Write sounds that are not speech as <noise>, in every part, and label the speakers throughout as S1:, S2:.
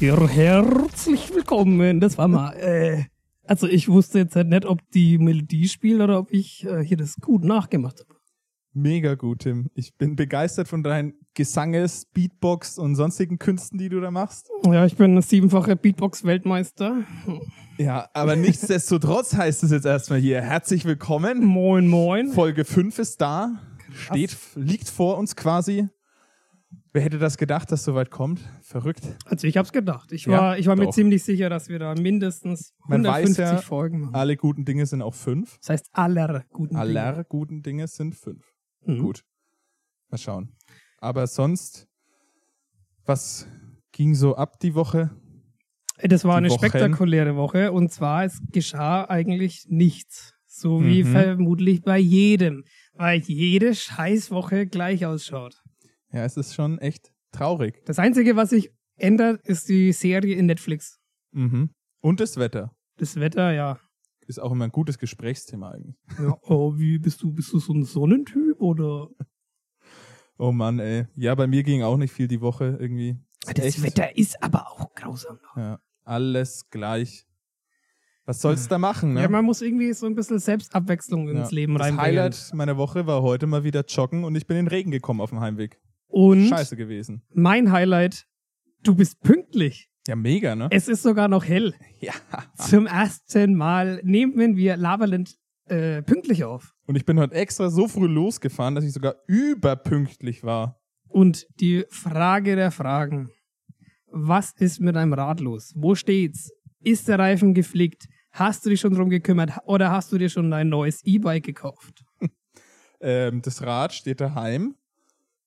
S1: Ja, herzlich willkommen. Das war mal. Äh, also ich wusste jetzt halt nicht, ob die Melodie spielt oder ob ich äh, hier das gut nachgemacht habe.
S2: Mega gut, Tim. Ich bin begeistert von deinen Gesanges, Beatbox und sonstigen Künsten, die du da machst.
S1: Ja, ich bin siebenfacher Beatbox-Weltmeister.
S2: Ja, <laughs> aber nichtsdestotrotz heißt es jetzt erstmal hier. Herzlich willkommen.
S1: Moin, moin.
S2: Folge 5 ist da. Steht, liegt vor uns quasi. Wer hätte das gedacht, dass so weit kommt? Verrückt.
S1: Also ich hab's gedacht. Ich
S2: Ja,
S1: war, ich war mir
S2: doch.
S1: ziemlich sicher, dass wir da mindestens
S2: Man weiß
S1: 150
S2: ja,
S1: Folgen machen.
S2: Alle guten Dinge sind auch fünf.
S1: Das heißt aller guten
S2: Aller guten Dinge sind fünf.
S1: Dinge. Mhm.
S2: Gut. Mal schauen. Aber sonst, was ging so ab die Woche?
S1: Das war
S2: Die
S1: eine
S2: Wochen.
S1: spektakuläre Woche und zwar es geschah eigentlich nichts. So wie
S2: Mhm.
S1: vermutlich bei jedem, weil jede Scheißwoche gleich ausschaut.
S2: Ja, es ist schon echt traurig.
S1: Das Einzige, was sich ändert, ist die Serie in Netflix.
S2: Mhm. Und das Wetter
S1: Das Wetter, ja.
S2: ist auch immer ein gutes Gesprächsthema eigentlich.
S1: ja <laughs> oh, wie bist du? Bist du so ein Sonnentyp oder?
S2: Oh Mann, ey. Ja, bei mir ging auch nicht viel die Woche irgendwie.
S1: Ah, Das
S2: Echt?
S1: Wetter ist aber auch grausam.
S2: Ja, alles gleich. Was sollst du da machen, ne?
S1: Ja, man muss irgendwie so ein bisschen Selbstabwechslung ins
S2: Ja.
S1: Leben
S2: das
S1: reinbringen.
S2: Highlight meiner Woche war heute mal wieder joggen und ich bin in den Regen gekommen auf dem Heimweg.
S1: Und
S2: Scheiße gewesen.
S1: mein Highlight, du bist pünktlich.
S2: Ja, mega, ne?
S1: Es ist sogar noch hell.
S2: Ja.
S1: Zum ersten Mal nehmen wir Laberland äh, pünktlich auf.
S2: Und ich bin heute extra so früh losgefahren, dass ich sogar überpünktlich war.
S1: Und die Frage der Fragen. Was ist mit deinem Rad los? Wo steht's? Ist der Reifen geflickt? Hast du dich schon drum gekümmert oder hast du dir schon dein neues E-Bike
S2: <laughs>
S1: gekauft?
S2: Ähm, das Rad steht daheim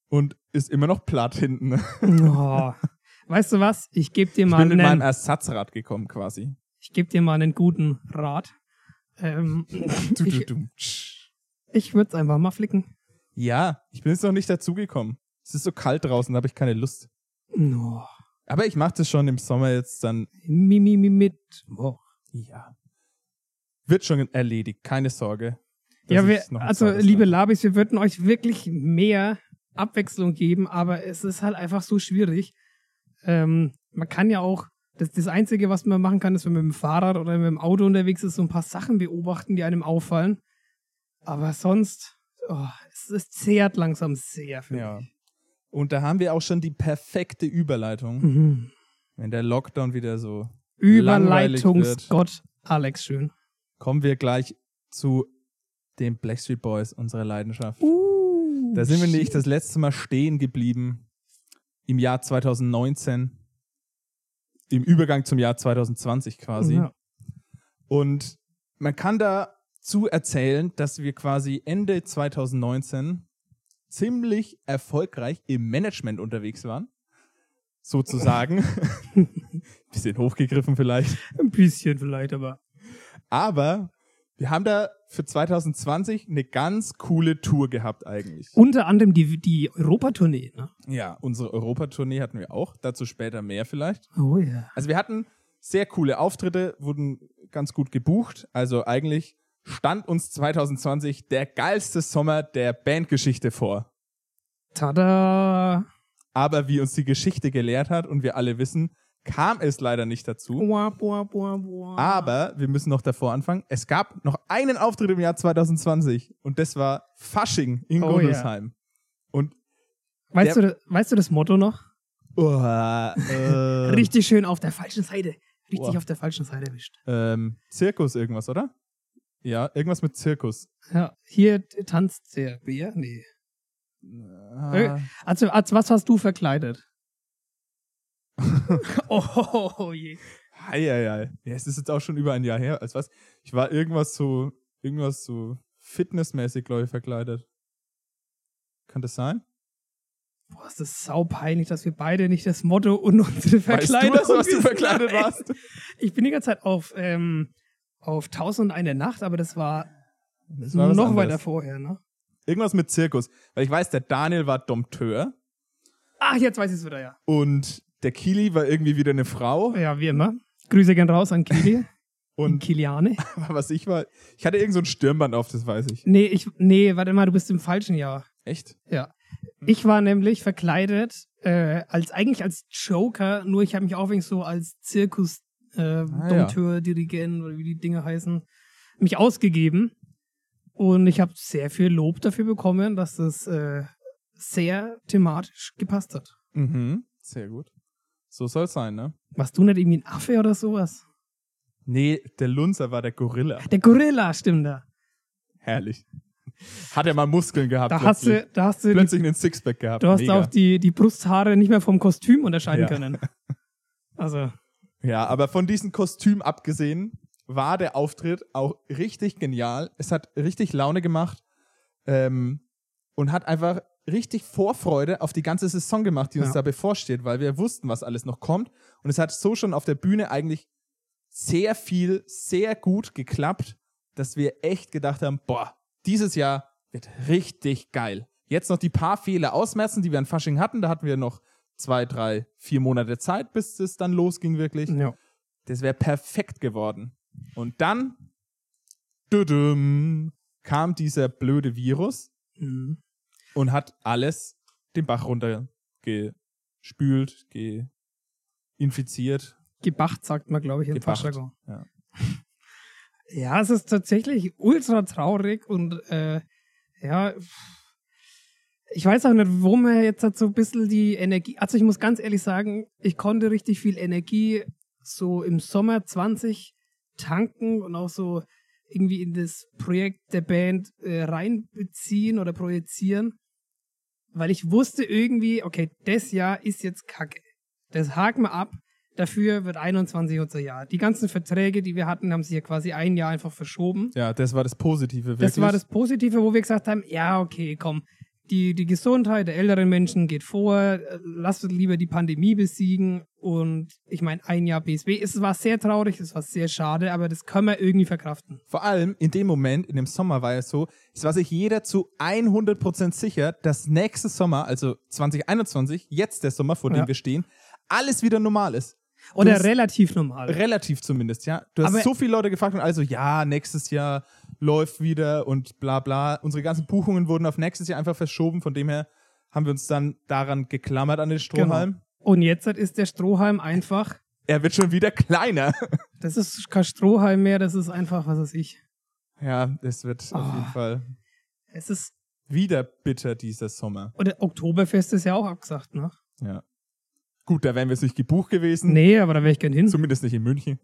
S2: und ist immer noch platt hinten.
S1: Oh. Weißt du was? Ich gebe dir
S2: Ich
S1: mal
S2: bin mit meinem
S1: einen,
S2: Ersatzrad gekommen quasi.
S1: ich geb dir mal einen guten Rat. Ähm,
S2: Du, du,
S1: ich
S2: du.
S1: ich würde es einfach mal flicken.
S2: Ja, ich bin jetzt noch nicht dazugekommen. Es ist so kalt draußen, da habe ich keine Lust.
S1: Oh.
S2: Aber ich mache das schon im Sommer jetzt dann.
S1: Mi, mi, mi, mit. Oh.
S2: Ja. Wird schon erledigt, keine Sorge. dass
S1: Ja, wir,
S2: ich noch ein
S1: also
S2: zweites
S1: liebe
S2: Rad-
S1: Labis, wir würden euch wirklich mehr Abwechslung geben, aber es ist halt einfach so schwierig. Ähm, man kann ja auch, das, das Einzige, was man machen kann, ist, wenn man mit dem Fahrrad oder mit dem Auto unterwegs ist, so ein paar Sachen beobachten, die einem auffallen. Aber sonst, oh, es, es zehrt langsam sehr für
S2: Ja.
S1: mich.
S2: Und da haben wir auch schon die perfekte Überleitung,
S1: Mhm.
S2: wenn der Lockdown wieder so Langweilig
S1: Überleitungsgott Alex Schön.
S2: kommen wir gleich zu den Blackstreet Boys, unserer Leidenschaft.
S1: Uh,
S2: da sind wir nicht das letzte Mal stehen geblieben im Jahr 2019, im Übergang zum Jahr 2020 quasi.
S1: Ja.
S2: Und man kann dazu erzählen, dass wir quasi Ende 2019 ziemlich erfolgreich im Management unterwegs waren. Sozusagen. Bisschen hochgegriffen vielleicht.
S1: Ein bisschen vielleicht, aber
S2: Aber wir haben da für 2020 eine ganz coole Tour gehabt eigentlich.
S1: unter anderem die, die Europatournee. Ne?
S2: Ja, unsere Europatournee hatten wir auch. Dazu später mehr vielleicht.
S1: Oh ja. Yeah.
S2: Also wir hatten sehr coole Auftritte, wurden ganz gut gebucht. Also eigentlich stand uns 2020 der geilste Sommer der Bandgeschichte vor.
S1: Tada!
S2: Aber wie uns die Geschichte gelehrt hat und wir alle wissen, kam es leider nicht dazu.
S1: Boah, boah, boah, boah.
S2: Aber wir müssen noch davor anfangen. Es gab noch einen Auftritt im Jahr 2020 und das war Fasching in
S1: Oh,
S2: Gondelsheim. Und
S1: weißt, du, das- weißt du das Motto noch?
S2: oh, <laughs> äh,
S1: Richtig schön auf der falschen Seite. Richtig
S2: Boah.
S1: auf der falschen Seite erwischt.
S2: ähm, Zirkus irgendwas, oder? Ja, irgendwas mit Zirkus.
S1: Ja, hier t- tanzt der Bär. Nee.
S2: Ah.
S1: Also, als was hast du
S2: <laughs>
S1: verkleidet? oh, oh, oh, je.
S2: Heieiei. Ja, es ist jetzt auch schon über ein Jahr her. Als was? Ich war irgendwas so, irgendwas so fitnessmäßig, glaube ich, verkleidet. Kann das sein?
S1: Boah, ist das saupeinlich, dass wir beide nicht das Motto und unsere Verkleidung
S2: weißt du das, was du
S1: wissen?
S2: verkleidet
S1: Nein.
S2: warst?
S1: Ich bin die ganze Zeit auf, ähm, auf 1000 und eine Nacht, aber das war,
S2: Das war was
S1: noch
S2: anderes.
S1: weiter vorher, ne?
S2: Irgendwas mit Zirkus. Weil ich weiß, der Daniel war Dompteur
S1: Ach, jetzt weiß ich es wieder, ja.
S2: und der Kili war irgendwie wieder eine Frau
S1: Ja, wie immer. Grüße gehen raus an Kili. In
S2: <laughs> Und
S1: Kiliane?
S2: was ich war, ich hatte irgend so ein Stirnband auf, das weiß ich.
S1: Nee, ich, nee, warte mal, du bist im falschen Jahr.
S2: Echt?
S1: Ja. Ich war nämlich verkleidet, äh, als eigentlich als Joker, nur ich habe mich aufwendig so als Zirkus äh,
S2: Ah, ja.
S1: Dompteur, Dirigent oder wie die Dinge heißen, mich ausgegeben. Und ich habe sehr viel Lob dafür bekommen, dass das äh, sehr thematisch gepasst hat.
S2: Mhm. Sehr gut. So soll's sein, ne?
S1: Warst du nicht irgendwie ein Affe oder sowas?
S2: Nee, der Lunzer war der Gorilla.
S1: Der Gorilla, stimmt da.
S2: Herrlich. Hat er mal Muskeln gehabt.
S1: Da hast
S2: plötzlich.
S1: du, da hast du, die,
S2: plötzlich einen Sixpack gehabt.
S1: du hast
S2: Mega.
S1: auch die, die Brusthaare nicht mehr vom Kostüm unterscheiden
S2: Ja.
S1: können.
S2: <laughs>
S1: Also,
S2: Ja, aber von diesem Kostüm abgesehen war der Auftritt auch richtig genial. Es hat richtig Laune gemacht ähm, und hat einfach richtig Vorfreude auf die ganze Saison gemacht, die uns
S1: Ja.
S2: da bevorsteht, weil wir wussten, was alles noch kommt. Und es hat so schon auf der Bühne eigentlich sehr viel, sehr gut geklappt, dass wir echt gedacht haben, boah, dieses Jahr wird richtig geil. Jetzt noch die paar Fehler ausmerzen, die wir an Fasching hatten. Da hatten wir noch zwei, drei, vier Monate Zeit, bis es dann losging wirklich.
S1: ja.
S2: Das wäre perfekt geworden. Und dann düdüm, kam dieser blöde Virus
S1: Mhm.
S2: und hat alles den Bach runtergespült, ge infiziert.
S1: Gebacht, sagt man, glaube ich, in
S2: Gebacht,
S1: Fachjargon.
S2: ja.
S1: <laughs> ja, es ist tatsächlich ultra traurig und äh, ja, pff, ich weiß auch nicht, wo mir jetzt halt so ein bisschen die Energie, also ich muss ganz ehrlich sagen, ich konnte richtig viel Energie so im Sommer 20 tanken und auch so irgendwie in das Projekt der Band äh, reinbeziehen oder projizieren, weil ich wusste irgendwie, okay, das Jahr ist jetzt kacke. Das haken wir ab. Dafür wird 21 unser Jahr. Die ganzen Verträge, die wir hatten, haben sich ja quasi ein Jahr einfach verschoben.
S2: Ja, das war das Positive. Wirklich.
S1: Das war das Positive, wo wir gesagt haben, ja, okay, komm, die, die Gesundheit der älteren Menschen geht vor, äh, lasst uns lieber die Pandemie besiegen. Und ich meine, ein Jahr BSW, es war sehr traurig, es war sehr schade, aber das können wir irgendwie verkraften.
S2: Vor allem in dem Moment, in dem Sommer war es so, es war sich jeder zu 100% sicher, dass nächste Sommer, also 2021, jetzt der Sommer, vor dem
S1: Ja.
S2: wir stehen, alles wieder normal ist.
S1: Oder
S2: Das-
S1: relativ normal.
S2: Relativ zumindest, ja. Du hast
S1: Aber-
S2: so viele Leute gefragt und also, ja, nächstes Jahr läuft wieder und bla bla. Unsere ganzen Buchungen wurden auf nächstes Jahr einfach verschoben, von dem her haben wir uns dann daran geklammert an den Strohhalm.
S1: Genau. Und jetzt halt ist der Strohhalm einfach,
S2: Er wird schon wieder kleiner. <laughs>
S1: das ist kein Strohhalm mehr, das ist einfach, was weiß ich.
S2: ja, das wird auf
S1: Ah.
S2: jeden Fall
S1: Es ist,
S2: wieder bitter dieser Sommer.
S1: oder Oktoberfest ist ja auch abgesagt, ne?
S2: Ja. Gut, da wären wir jetzt nicht gebucht gewesen.
S1: Nee, aber da wäre ich gern hin.
S2: Zumindest nicht
S1: <laughs>
S2: in München.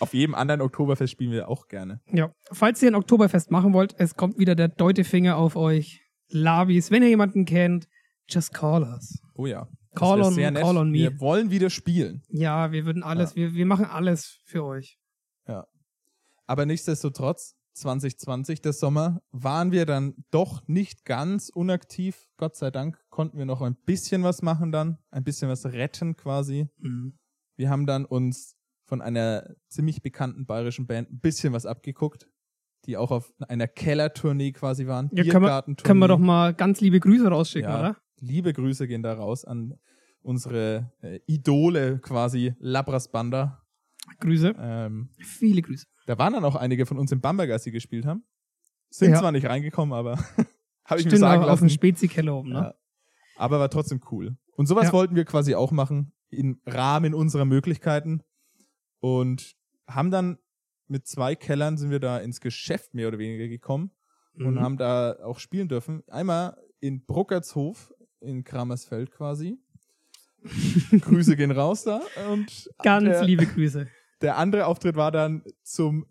S2: auf jedem anderen Oktoberfest spielen wir auch gerne.
S1: Ja, falls ihr ein Oktoberfest machen wollt, es kommt wieder der Deutefinger auf euch. Labis, wenn ihr jemanden kennt, just call us.
S2: Oh ja. Das
S1: Call
S2: wär
S1: on-
S2: sehr nett.
S1: call on me.
S2: Wir wollen wieder spielen.
S1: Ja, wir würden alles, wir, wir machen alles für euch.
S2: Aber nichtsdestotrotz, 2020, der Sommer, waren wir dann doch nicht ganz unaktiv. Gott sei Dank konnten wir noch ein bisschen was machen dann, ein bisschen was retten quasi.
S1: Mhm.
S2: Wir haben dann uns von einer ziemlich bekannten bayerischen Band ein bisschen was abgeguckt, die auch auf einer Kellertournee quasi waren.
S1: Ja, können wir,
S2: Biergartentournee.
S1: können wir doch mal ganz liebe Grüße rausschicken,
S2: Ja,
S1: oder?
S2: Liebe Grüße gehen da raus an unsere äh, Idole quasi, Labras Banda.
S1: Grüße.
S2: Ähm,
S1: Viele Grüße.
S2: da waren dann auch einige von uns in Bamberg, als sie gespielt haben. Sind
S1: Ja.
S2: zwar nicht reingekommen, aber <laughs> habe ich mir
S1: Stimmt,
S2: sagen
S1: auf, auf dem
S2: lassen.
S1: Spezi-Keller oben, ne?
S2: Ja. Aber war trotzdem cool. Und sowas
S1: Ja.
S2: wollten wir quasi auch machen, im Rahmen unserer Möglichkeiten. Und haben dann mit zwei Kellern sind wir da ins Geschäft mehr oder weniger gekommen und
S1: Mhm.
S2: haben da auch spielen dürfen. Einmal in Bruckertshof in
S1: <laughs>
S2: Kramersfeld quasi. Grüße gehen raus da. Und
S1: Ganz
S2: der,
S1: liebe Grüße.
S2: der andere Auftritt war dann zum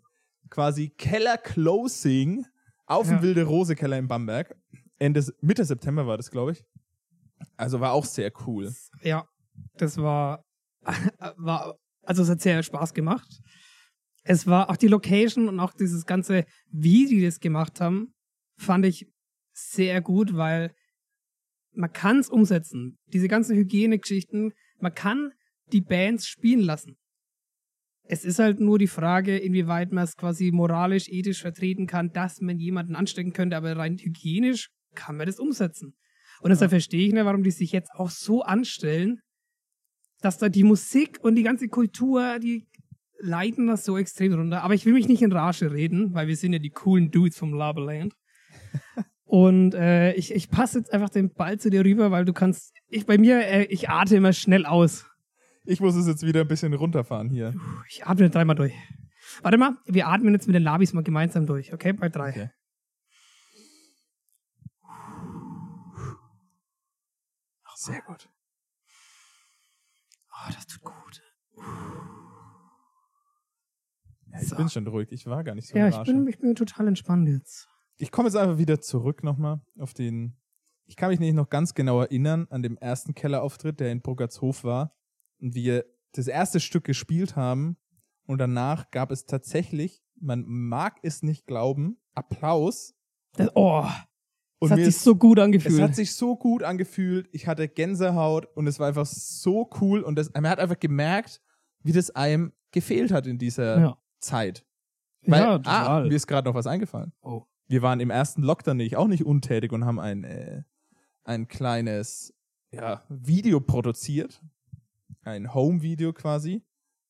S2: quasi Keller-Closing auf
S1: Ja.
S2: dem Wilde Rose Keller in Bamberg. Ende, Mitte September war das, glaube ich. Also war auch sehr cool.
S1: Ja, das war, <laughs> war, also es hat sehr Spaß gemacht. Es war auch die Location und auch dieses ganze, wie die das gemacht haben, fand ich sehr gut, weil man kann es umsetzen. Diese ganzen Hygienegeschichten, man kann die Bands spielen lassen. Es ist halt nur die Frage, inwieweit man es quasi moralisch, ethisch vertreten kann, dass man jemanden anstecken könnte, aber rein hygienisch kann man das umsetzen. Und deshalb verstehe ich nicht, warum die sich jetzt auch so anstellen, dass da die Musik und die ganze Kultur, die leiten das so extrem runter. Aber ich will mich nicht in Rage reden, weil wir sind ja die coolen Dudes vom
S2: <laughs>
S1: Laberland. Und äh, ich, ich passe jetzt einfach den Ball zu dir rüber, weil du kannst. Ich bei mir, äh, ich atme immer schnell aus.
S2: Ich muss es jetzt wieder ein bisschen runterfahren hier.
S1: Puh, Ich atme dreimal durch. Warte mal, wir atmen jetzt mit den Labis mal gemeinsam durch, okay? Bei drei.
S2: Okay. Sehr gut.
S1: Oh, das tut gut.
S2: Ja, ich
S1: So.
S2: bin schon ruhig. Ich war gar nicht so
S1: ja,
S2: in
S1: ich
S2: Rage.
S1: bin, ich bin total entspannt jetzt.
S2: ich komme jetzt einfach wieder zurück nochmal auf den. Ich kann mich nicht noch ganz genau erinnern an dem ersten Kellerauftritt, der in Bruggertshof war und wir das erste Stück gespielt haben und danach gab es tatsächlich, man mag es nicht glauben, Applaus.
S1: Das, oh,
S2: Und
S1: das hat
S2: mir
S1: sich
S2: ist-
S1: so gut
S2: es hat
S1: angefühlt.
S2: sich so gut angefühlt. Ich hatte Gänsehaut und es war einfach so cool und das, man hat einfach gemerkt, wie das einem gefehlt hat in dieser
S1: Ja.
S2: Zeit. Weil,
S1: Ja,
S2: ah,
S1: total.
S2: mir ist gerade noch was eingefallen.
S1: Oh.
S2: Wir waren im ersten Lockdown nicht, auch nicht untätig und haben ein, äh, ein kleines ja, Video produziert. Ein Home-Video quasi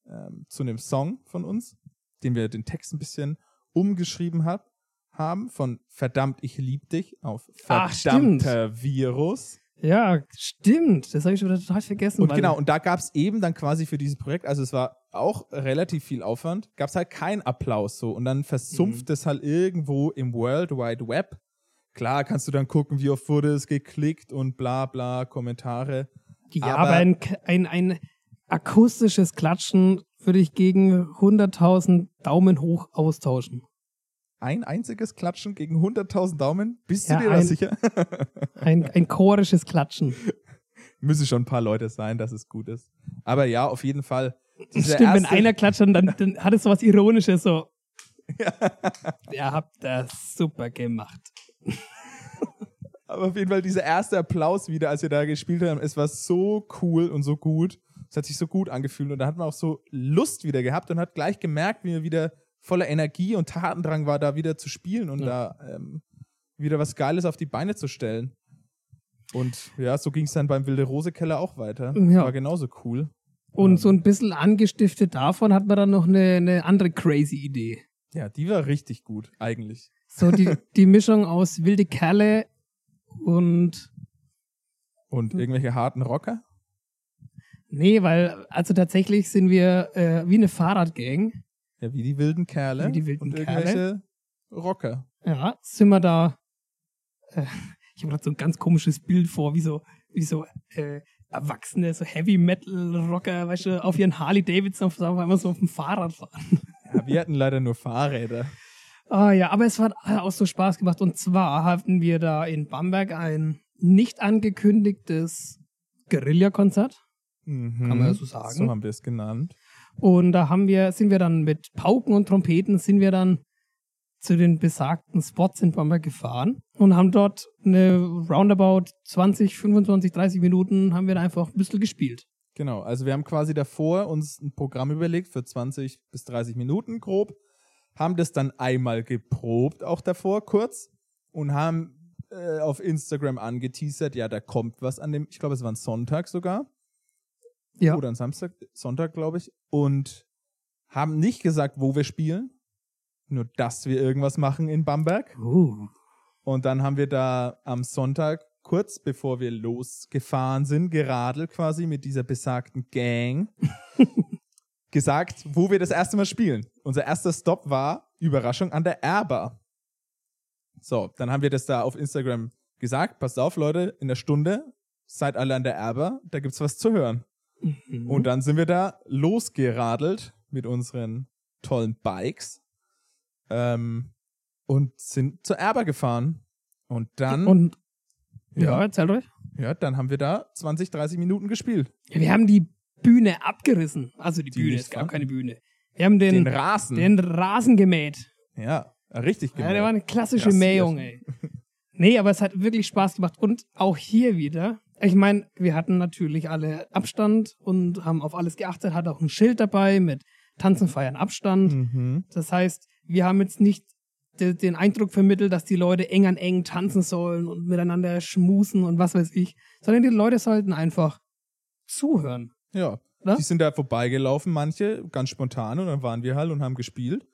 S2: ähm, zu einem Song von uns, den wir den Text ein bisschen umgeschrieben hab, haben von Verdammt, ich lieb dich auf
S1: Ach, stimmt.
S2: Verdammter Virus.
S1: ja, stimmt. Das habe ich schon wieder total vergessen.
S2: Und
S1: weil-
S2: genau, und da gab es eben dann quasi für dieses Projekt, also es war auch relativ viel Aufwand, gab es halt keinen Applaus so. Und dann
S1: Mhm.
S2: versumpft es halt irgendwo im World Wide Web. Klar, kannst du dann gucken, wie oft wurde es geklickt und bla bla, Kommentare.
S1: Ja,
S2: Aber-
S1: aber, ein, ein, ein akustisches Klatschen würde ich gegen 100.000 Daumen hoch austauschen.
S2: Ein einziges Klatschen gegen 100.000 Daumen? Bist
S1: Ja,
S2: du dir da
S1: ein-
S2: sicher? <laughs>
S1: Ein, ein chorisches Klatschen.
S2: Müssen schon ein paar Leute sein, dass es gut ist. Aber ja, auf
S1: <laughs>
S2: jeden Fall. Dieser
S1: Stimmt, wenn
S2: erste-
S1: einer klatscht, dann, dann hat es sowas Ironisches,
S2: <laughs>
S1: so. Ihr habt das super gemacht.
S2: Aber auf jeden Fall dieser erste Applaus wieder, als wir da gespielt haben, es war so cool und so gut. Es hat sich so gut angefühlt und da hat man auch so Lust wieder gehabt und hat gleich gemerkt, wie man wieder voller Energie und Tatendrang war, da wieder zu spielen und da ähm, wieder was Geiles auf die Beine zu stellen. Und ja, so ging es dann beim Wilde Rose Keller auch weiter.
S1: Mhm, Ja.
S2: War genauso cool. Ähm.
S1: Und so ein bisschen angestiftet davon hat man dann noch eine, eine andere crazy Idee.
S2: Ja, die war richtig gut, eigentlich.
S1: So die, die Mischung aus wilde Kerle und
S2: Und
S1: Mhm.
S2: irgendwelche harten Rocker?
S1: nee, weil also tatsächlich sind wir äh, wie eine Fahrradgang.
S2: Ja, wie die wilden Kerle.
S1: Wie die wilden
S2: und
S1: Kerle.
S2: irgendwelche Rocker.
S1: Ja, sind wir da. Äh, ich habe gerade so ein ganz komisches Bild vor, wie so, wie so äh, Erwachsene, so Heavy Metal Rocker, weißt du, auf ihren Harley Davidson auf einmal so auf dem Fahrrad fahren.
S2: Ja, wir hatten leider nur Fahrräder.
S1: Ah ja, aber es hat auch so Spaß gemacht. Und zwar hatten wir da in Bamberg ein nicht angekündigtes Guerilla-Konzert.
S2: Mhm.
S1: Kann man ja so sagen.
S2: So haben wir es genannt.
S1: Und da haben wir, sind wir dann mit Pauken und Trompeten sind wir dann zu den besagten Spots in Bamberg gefahren und haben dort eine roundabout 20, 25, 30 Minuten haben wir da einfach ein bisschen gespielt.
S2: Genau, also wir haben quasi davor uns ein Programm überlegt für 20 bis 30 Minuten grob, haben das dann einmal geprobt, auch davor kurz, und haben äh, auf Instagram angeteasert, ja, da kommt was an dem, ich glaube, es war ein Sonntag sogar,
S1: Ja.
S2: oder ein Samstag, Sonntag, glaube ich, und haben nicht gesagt, wo wir spielen, nur dass wir irgendwas machen in Bamberg.
S1: Uh.
S2: Und dann haben wir da am Sonntag, kurz bevor wir losgefahren sind, geradelt quasi mit dieser besagten Gang, gesagt, wo wir das erste Mal spielen. Unser erster Stop war, Überraschung, an der Erba. So, dann haben wir das da auf Instagram gesagt, passt auf Leute, in der Stunde seid alle an der Erba, da gibt's was zu hören.
S1: Mhm.
S2: Und dann sind wir da losgeradelt mit unseren tollen Bikes ähm, und sind zur Erba gefahren. Und dann,
S1: und ja,
S2: ja,
S1: erzählt euch.
S2: ja, dann haben wir da 20, 30 Minuten gespielt.
S1: Ja, wir haben die Bühne abgerissen. Also die,
S2: Die
S1: Bühne,
S2: nicht
S1: es gab
S2: vorhanden.
S1: keine Bühne. Wir haben den,
S2: Den,
S1: den,
S2: Rasen.
S1: Rasen gemäht.
S2: ja, richtig
S1: Ja, der war
S2: gemäht.
S1: eine klassische
S2: Krass,
S1: Mähung,
S2: ja.
S1: ey. Nee, aber es hat wirklich Spaß gemacht. Und auch hier wieder. Ich meine, wir hatten natürlich alle Abstand und haben auf alles geachtet, hat auch ein Schild dabei mit Tanzen, Feiern, Abstand.
S2: mhm.
S1: Das heißt, wir haben jetzt nicht de den Eindruck vermittelt, dass die Leute eng an eng tanzen sollen und miteinander schmusen und was weiß ich, sondern die Leute sollten einfach zuhören.
S2: Ja,
S1: Ne?
S2: Die sind da vorbeigelaufen, manche, ganz spontan, und dann waren wir halt und haben gespielt.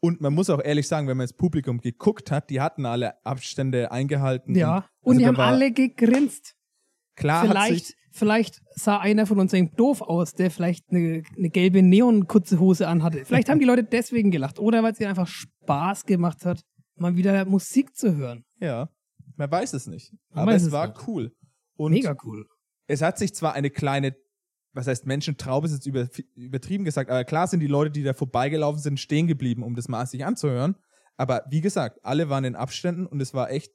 S2: Und man muss auch ehrlich sagen, wenn man ins Publikum geguckt hat, die hatten alle Abstände eingehalten.
S1: Ja. Und
S2: also
S1: die
S2: da
S1: haben
S2: war-
S1: alle gegrinst.
S2: klar hat
S1: vielleicht,
S2: sich-
S1: vielleicht sah einer von uns irgendwie doof aus, der vielleicht eine, eine gelbe Neon-kurze Hose anhatte. Vielleicht haben die Leute deswegen gelacht. Oder weil es ihnen einfach Spaß gemacht hat, mal wieder Musik zu hören.
S2: Ja, man weiß es nicht.
S1: Man
S2: Aber
S1: weiß
S2: es
S1: es
S2: war
S1: nicht.
S2: cool. Und
S1: Mega cool.
S2: es hat sich zwar eine kleine, was heißt Menschentraube, ist jetzt über, übertrieben gesagt, aber klar sind die Leute, die da vorbeigelaufen sind, stehen geblieben, um das mal sich anzuhören. Aber wie gesagt, alle waren in Abständen und es war echt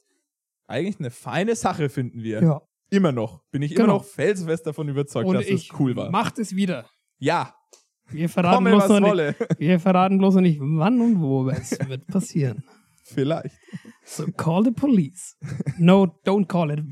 S2: eigentlich eine feine Sache, finden wir.
S1: Ja.
S2: Immer noch. Bin ich immer
S1: Genau.
S2: noch felsenfest davon überzeugt,
S1: Und
S2: dass
S1: ich
S2: es cool war.
S1: macht es wieder.
S2: ja,
S1: Wir verraten,
S2: komme
S1: bloß
S2: was
S1: noch nicht,
S2: wolle.
S1: <laughs>
S2: <laughs>
S1: wir verraten bloß noch nicht, wann und wo, aber es wird passieren.
S2: Vielleicht.
S1: So, call the police. No, don't call it.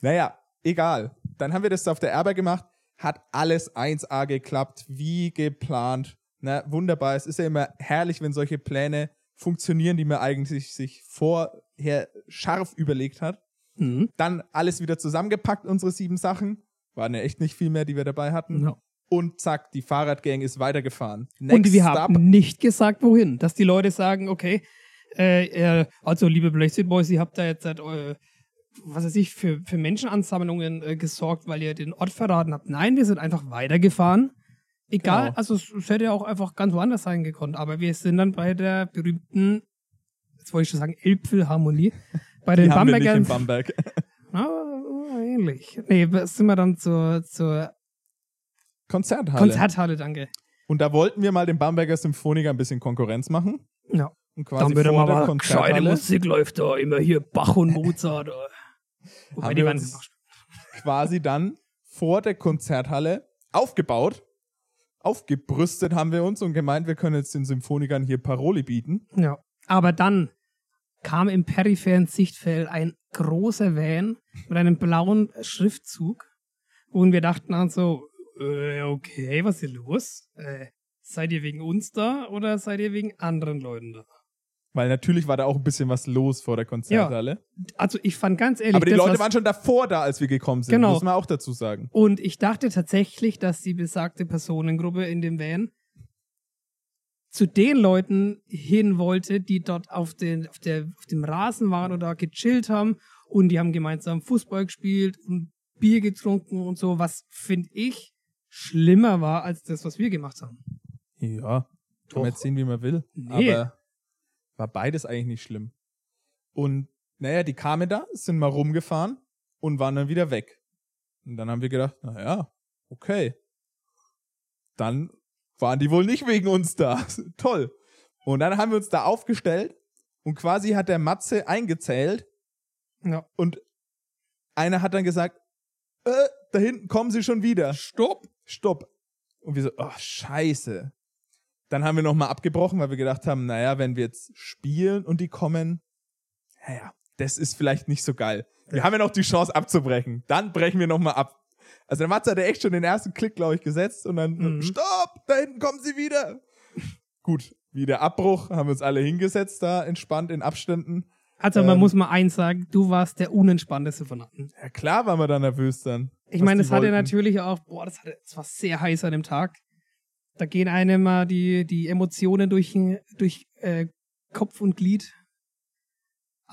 S2: Naja, egal. Dann haben wir das auf der Erbe gemacht. Hat alles 1A geklappt, wie geplant. Na, wunderbar. Es ist ja immer herrlich, wenn solche Pläne funktionieren, die man eigentlich sich vorher scharf überlegt hat.
S1: Mhm.
S2: Dann alles wieder zusammengepackt, unsere sieben Sachen. Waren ja echt nicht viel mehr, die wir dabei hatten.
S1: No.
S2: Und zack, die Fahrradgang ist weitergefahren.
S1: und wir
S2: up.
S1: haben nicht gesagt, wohin. Dass die Leute sagen, okay, äh, äh, also liebe Blechsüd Boys, ihr habt da jetzt seit, äh, was weiß ich, für, für Menschenansammlungen äh, gesorgt, weil ihr den Ort verraten habt. Nein, wir sind einfach weitergefahren. Egal,
S2: Genau.
S1: also es, es hätte ja auch einfach ganz woanders sein gekonnt, aber wir sind dann bei der berühmten, jetzt wollte ich schon sagen, Elbphilharmonie, bei den
S2: die haben wir nicht in
S1: Bambergern.
S2: Bamberg.
S1: Ah, ähnlich. Nee, sind wir dann zur, zur
S2: Konzerthalle.
S1: Konzerthalle, danke.
S2: Und da wollten wir mal den Bamberger Symphoniker ein bisschen Konkurrenz machen.
S1: Ja.
S2: Und quasi
S1: Dann wird
S2: vor
S1: mal
S2: der
S1: mal gescheite
S2: Konzerthalle
S1: Musik läuft da, immer hier Bach und Mozart.
S2: <laughs>
S1: äh. Wobei
S2: Haben
S1: die
S2: wir
S1: waren
S2: uns-
S1: einfach-
S2: quasi dann vor der Konzerthalle aufgebaut. Aufgebrüstet haben wir uns und gemeint, wir können jetzt den Symphonikern hier Paroli bieten.
S1: Ja. Aber dann kam im peripheren Sichtfeld ein großer Van mit einem blauen Schriftzug und wir dachten dann so, äh, okay, was ist hier los? Äh, seid ihr wegen uns da oder seid ihr wegen anderen Leuten da?
S2: Weil natürlich war da auch ein bisschen was los vor der Konzerthalle.
S1: Also ich fand ganz ehrlich,
S2: Aber die
S1: das,
S2: Leute
S1: was-
S2: waren schon davor da, als wir gekommen sind.
S1: Genau.
S2: Muss man auch dazu sagen.
S1: Und ich dachte tatsächlich, dass die besagte Personengruppe in dem Van zu den Leuten hin wollte, die dort auf, den, auf, der, auf dem Rasen waren oder gechillt haben und die haben gemeinsam Fußball gespielt und Bier getrunken und so, was finde ich schlimmer war als das, was wir gemacht haben.
S2: Ja. Kann
S1: Doch.
S2: man jetzt sehen, wie man will.
S1: Nee.
S2: Aber war beides eigentlich nicht schlimm. Und naja, die kamen da, sind mal rumgefahren und waren dann wieder weg. Und dann haben wir gedacht, naja, okay. Dann waren die wohl nicht wegen uns da. <laughs> Toll. Und dann haben wir uns da aufgestellt und quasi hat der Matze eingezählt
S1: Ja.
S2: und einer hat dann gesagt, äh, da hinten kommen sie schon wieder. Stopp. Stopp. Und wir so, oh, scheiße. Dann haben wir nochmal abgebrochen, weil wir gedacht haben, naja, wenn wir jetzt spielen und die kommen, naja, das ist vielleicht nicht so geil. Wir haben ja noch die Chance abzubrechen. Dann brechen wir nochmal ab. Also der Matze hatte echt schon den ersten Klick, glaube ich, gesetzt und dann,
S1: Mhm.
S2: stopp, da hinten kommen sie wieder. Gut, wieder Abbruch, haben wir uns alle hingesetzt da, entspannt in Abständen.
S1: Also man
S2: Ähm.
S1: muss mal eins sagen, du warst der unentspannteste von allen.
S2: Ja, klar waren wir da nervös dann.
S1: Ich
S2: was
S1: meine,
S2: die
S1: das hatte
S2: wollten.
S1: natürlich auch, boah, das, hatte, das war sehr heiß an dem Tag. Da gehen einem mal die, die Emotionen durch, den- durch äh, Kopf und Glied.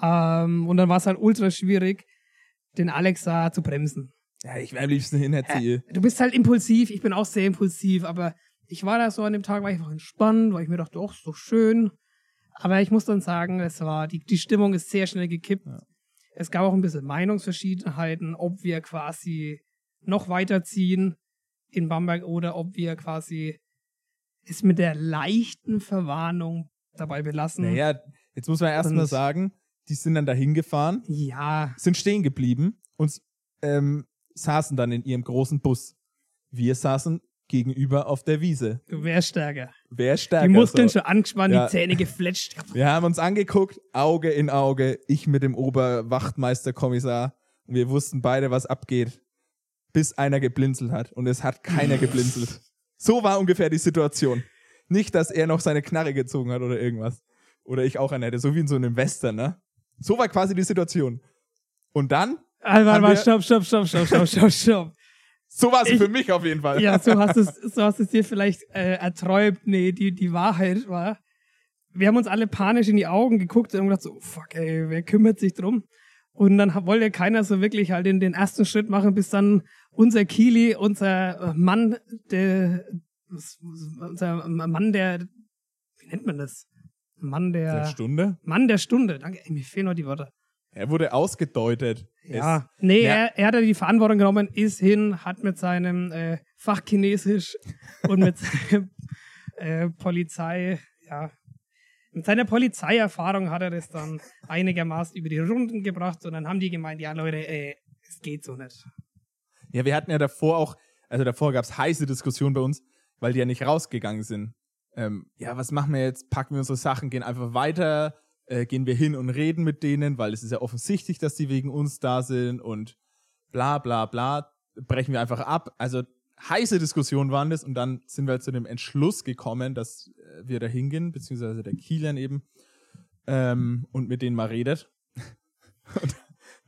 S1: Ähm, und dann war es halt ultra schwierig, den Alexa zu bremsen.
S2: Ja, ich wäre am liebsten hin, hätte sie.
S1: Du bist halt impulsiv, ich bin auch sehr impulsiv, aber ich war da so an dem Tag, war ich einfach entspannt, weil ich mir dachte, oh, ist doch schön. Aber ich muss dann sagen, es war, die, die Stimmung ist sehr schnell gekippt.
S2: Ja.
S1: Es gab auch ein bisschen Meinungsverschiedenheiten, ob wir quasi noch weiterziehen in Bamberg oder ob wir quasi es mit der leichten Verwarnung dabei belassen.
S2: Naja, jetzt muss man erst
S1: Hm. Und-
S2: mal sagen, die sind dann da hingefahren,
S1: Ja,
S2: sind stehen geblieben und ähm, saßen dann in ihrem großen Bus. Wir saßen gegenüber auf der Wiese.
S1: wer ist stärker?
S2: Wer ist stärker?
S1: Die Muskeln
S2: so?
S1: schon angespannt,
S2: Ja.
S1: die Zähne gefletscht.
S2: Wir haben uns angeguckt, Auge in Auge, ich mit dem Oberwachtmeisterkommissar. Und wir wussten beide, was abgeht, bis einer geblinzelt hat. Und es hat keiner geblinzelt. So war ungefähr die Situation. Nicht, dass er noch seine Knarre gezogen hat oder irgendwas. Oder ich auch einen hätte, so wie in so einem Western, ne? So war quasi die Situation. Und dann
S1: Alter,
S2: Haben
S1: warte mal,
S2: wir-
S1: stopp, stopp, stopp, stopp, stopp, stopp, stopp.
S2: So war es
S1: Ich-
S2: für mich auf jeden Fall.
S1: Ja, so hast du es, so hast du es dir vielleicht äh, erträumt. Nee, die, die Wahrheit war. Wir haben uns alle panisch in die Augen geguckt und haben gedacht so, oh fuck ey, wer kümmert sich drum? Und dann ha- wollte keiner so wirklich halt den, den ersten Schritt machen, bis dann unser Kili, unser äh, Mann, der, was- was- unser Mann der, wie nennt man das? Mann
S2: Eine
S1: der,
S2: Stunde.
S1: Mann der Stunde. Danke, ey, mir fehlen noch die Wörter.
S2: Er wurde ausgedeutet. Es-
S1: Ja, nee,
S2: Ja.
S1: Er, er hat ja die Verantwortung genommen, ist hin, hat mit seinem äh, Fachchinesisch und mit seinem äh, Polizei, ja, mit seiner Polizeierfahrung hat er das dann einigermaßen über die Runden gebracht und dann haben die gemeint, ja Leute, äh, es geht so nicht.
S2: Ja, wir hatten ja davor auch, also davor gab's heiße Diskussionen bei uns, weil die ja nicht rausgegangen sind. Ähm, ja, was machen wir jetzt? Packen wir unsere Sachen, gehen einfach weiter, äh, gehen wir hin und reden mit denen, weil es ist ja offensichtlich, dass die wegen uns da sind und bla bla bla, brechen wir einfach ab. Also heiße Diskussionen waren das und dann sind wir halt zu dem Entschluss gekommen, dass äh, wir da hingehen, beziehungsweise der Kielern eben, ähm, und mit denen mal redet. <laughs> und,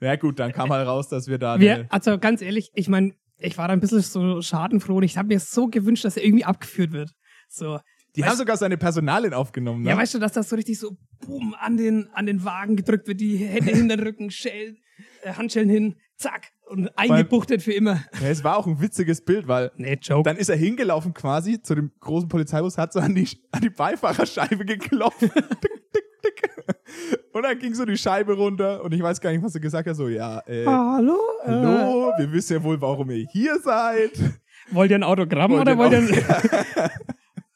S2: na gut, dann kam halt raus, dass wir da
S1: Wir,
S2: eine-
S1: also ganz ehrlich, ich meine, ich war da ein bisschen so schadenfroh und ich habe mir so gewünscht, dass er irgendwie abgeführt wird. So,
S2: Die
S1: Weißt-
S2: haben sogar seine Personalin aufgenommen, ne?
S1: Ja, weißt du, dass das so richtig so boom an den, an den Wagen gedrückt wird, die
S2: <laughs>
S1: Hände hinter den Rücken, Schellen, äh, Handschellen hin, zack, und eingebuchtet für immer.
S2: ja, es war auch ein witziges Bild, weil
S1: Nee, Joke.
S2: dann ist er hingelaufen quasi zu dem großen Polizeibus, hat so an die, an die Beifahrerscheibe
S1: <laughs>
S2: geklopft. tick, tick, tick. Und dann ging so die Scheibe runter und ich weiß gar nicht, was er gesagt hat. So, ja, äh,
S1: Ah. Hallo? Äh,
S2: hallo, wir wissen ja wohl, warum ihr hier seid.
S1: wollt ihr ein Autogramm
S2: Wollt ihr
S1: Äh, oder
S2: ein
S1: wollt ihr ein, <laughs>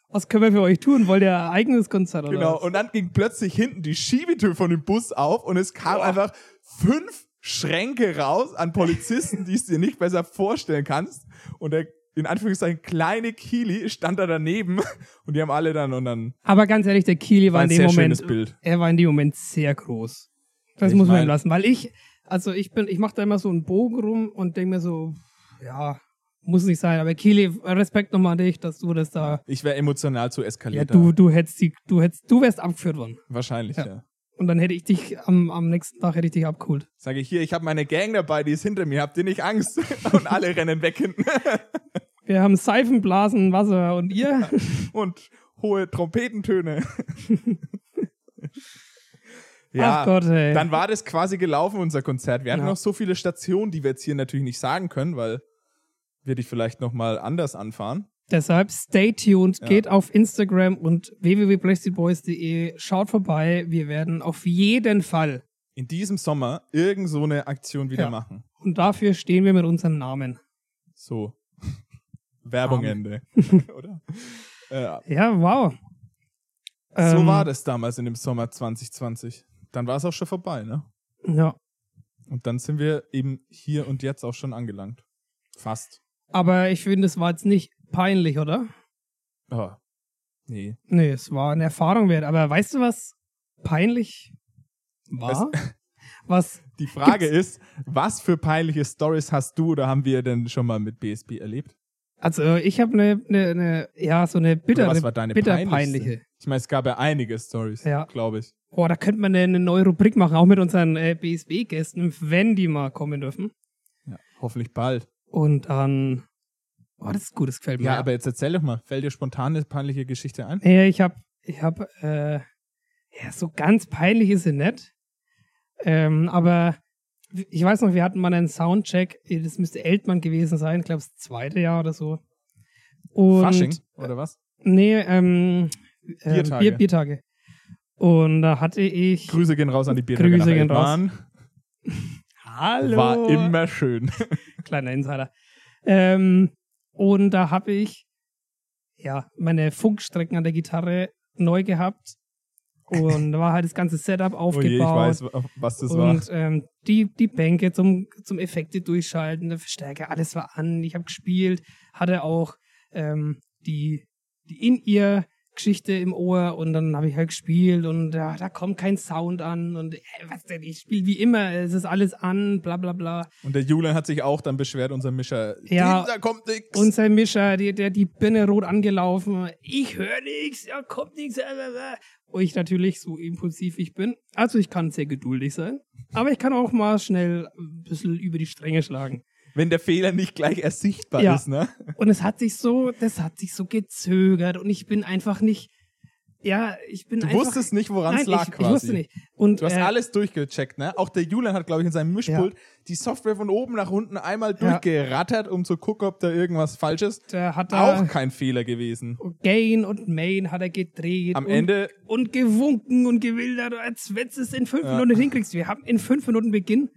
S1: Was können wir für euch tun? Wollt ihr ein eigenes Konzert oder
S2: Genau.
S1: was?
S2: Und dann ging plötzlich hinten die Schiebetür von dem Bus auf und es kam einfach fünf Schränke raus an Polizisten, die es dir nicht besser vorstellen kannst. Und der in Anführungszeichen kleine Kili stand da daneben und die haben alle dann und dann.
S1: Aber ganz ehrlich, der Kili war,
S2: War ein
S1: in dem
S2: sehr
S1: Moment,
S2: schönes Bild.
S1: er war in dem Moment sehr groß. Das
S2: Ich
S1: muss man ihm
S2: mein-
S1: lassen, weil ich, also ich bin, ich mache da immer so einen Bogen rum und denke mir so, ja, muss nicht sein. Aber Kili, Respekt nochmal an dich, dass du das da
S2: Ich wäre emotional zu
S1: Ja,
S2: eskaliert.
S1: du, du hättest die, du hättest, du wärst abgeführt worden.
S2: Wahrscheinlich, ja.
S1: Ja. Und dann hätte ich dich am, am nächsten Tag hätte ich dich abgeholt.
S2: Sage ich hier, ich habe meine Gang dabei, die ist hinter mir, habt ihr nicht Angst? <laughs> Und alle rennen weg hinten.
S1: Wir haben Seifenblasen, Wasser und ihr.
S2: <laughs> Und hohe
S1: <laughs>
S2: Trompetentöne.
S1: Ach Gott, ey.
S2: Dann war das quasi gelaufen, unser Konzert. Wir hatten
S1: Ja.
S2: noch so viele Stationen, die wir jetzt hier natürlich nicht sagen können, weil wir dich vielleicht nochmal anders anfahren.
S1: Deshalb stay tuned,
S2: Ja.
S1: geht auf Instagram und www.blechstreetboys.de, schaut vorbei. Wir werden auf jeden Fall
S2: In diesem Sommer irgend so eine Aktion wieder
S1: Ja.
S2: machen.
S1: und dafür stehen wir mit unserem Namen.
S2: So. <laughs> Werbung
S1: Amen. <laughs>
S2: Ende. Oder? Äh,
S1: Ja, wow.
S2: so
S1: Ähm,
S2: war das damals in dem Sommer 2020. Dann war es auch schon vorbei, ne?
S1: Ja.
S2: Und dann sind wir eben hier und jetzt auch schon angelangt. Fast.
S1: Aber ich finde, es war jetzt nicht peinlich, oder?
S2: Oh. Nee.
S1: Nee, es war eine Erfahrung wert. Aber weißt du, was peinlich war? Was
S2: Die Frage ist, was für peinliche Stories hast du oder haben wir denn schon mal mit BSB erlebt?
S1: Also ich habe eine, eine, eine, ne, ja, so eine bittere,
S2: Oder was war deine
S1: bitterpeinliche.
S2: peinlichste? Ich meine, es gab ja einige Stories,
S1: Ja.
S2: glaube ich.
S1: Boah, da könnte man eine, eine neue Rubrik machen, auch mit unseren äh, BSB-Gästen, wenn die mal kommen dürfen.
S2: Ja, hoffentlich bald.
S1: Und dann, boah, das ist gut, das gefällt mir.
S2: Ja, aber jetzt erzähl doch mal, fällt dir spontan eine peinliche Geschichte ein?
S1: Nee, ich habe, ich habe, äh, ja, so ganz peinlich ist sie nicht. Ähm, aber ich weiß noch, wir hatten mal einen Soundcheck, das müsste Eltmann gewesen sein, ich glaube, das zweite Jahr oder so. Und
S2: Fasching oder was?
S1: Nee, ähm, ähm,
S2: Biertage.
S1: Bier, Biertage. Und da hatte ich.
S2: Grüße gehen raus an die Biertage.
S1: Grüße
S2: nach
S1: gehen raus.
S2: Eltmann.
S1: Hallo.
S2: War
S1: <laughs>
S2: immer schön.
S1: Kleiner Insider. Ähm, und da habe ich ja meine Funkstrecken an der Gitarre neu gehabt. Und da war halt das ganze Setup
S2: Oh je, ich
S1: aufgebaut.
S2: weiß, wa- was das war.
S1: und ähm, die, die Bänke zum, zum Effekte durchschalten, der Verstärker, alles war an. Ich habe gespielt, hatte auch ähm, die, die in ihr Geschichte im Ohr und dann habe ich halt gespielt und ja, da kommt kein Sound an und äh, was denn, ich spiele wie immer, es ist alles an, bla bla bla.
S2: Und der Julian hat sich auch dann beschwert, unser Mischer.
S1: Ja.
S2: Da kommt nix.
S1: Unser Mischer, die, der die Birne rot angelaufen, ich höre nichts, da kommt nichts. äh. Und ich natürlich so impulsiv ich bin. Also ich kann sehr geduldig sein, aber ich kann auch mal schnell ein bisschen über die Stränge schlagen.
S2: wenn der Fehler nicht gleich erst sichtbar
S1: Ja.
S2: ist, ne?
S1: Und es hat sich so, das hat sich so gezögert und ich bin einfach nicht, ja, ich bin
S2: Du
S1: einfach.
S2: wusstest nicht, woran es
S1: nein,
S2: lag
S1: ich,
S2: quasi.
S1: ich wusste nicht. Und
S2: Du hast
S1: äh,
S2: alles durchgecheckt, ne? Auch der Julian hat, glaube ich, in seinem Mischpult die Software von oben nach unten einmal
S1: Ja.
S2: durchgerattert, um zu gucken, ob da irgendwas falsch ist.
S1: der hat
S2: Auch
S1: da
S2: kein Fehler gewesen.
S1: Gain und Main hat er gedreht.
S2: Am
S1: und,
S2: Ende
S1: und gewunken und gewildert, als wenn du es in fünf
S2: Ja.
S1: Minuten hinkriegst. Wir haben in fünf Minuten Beginn.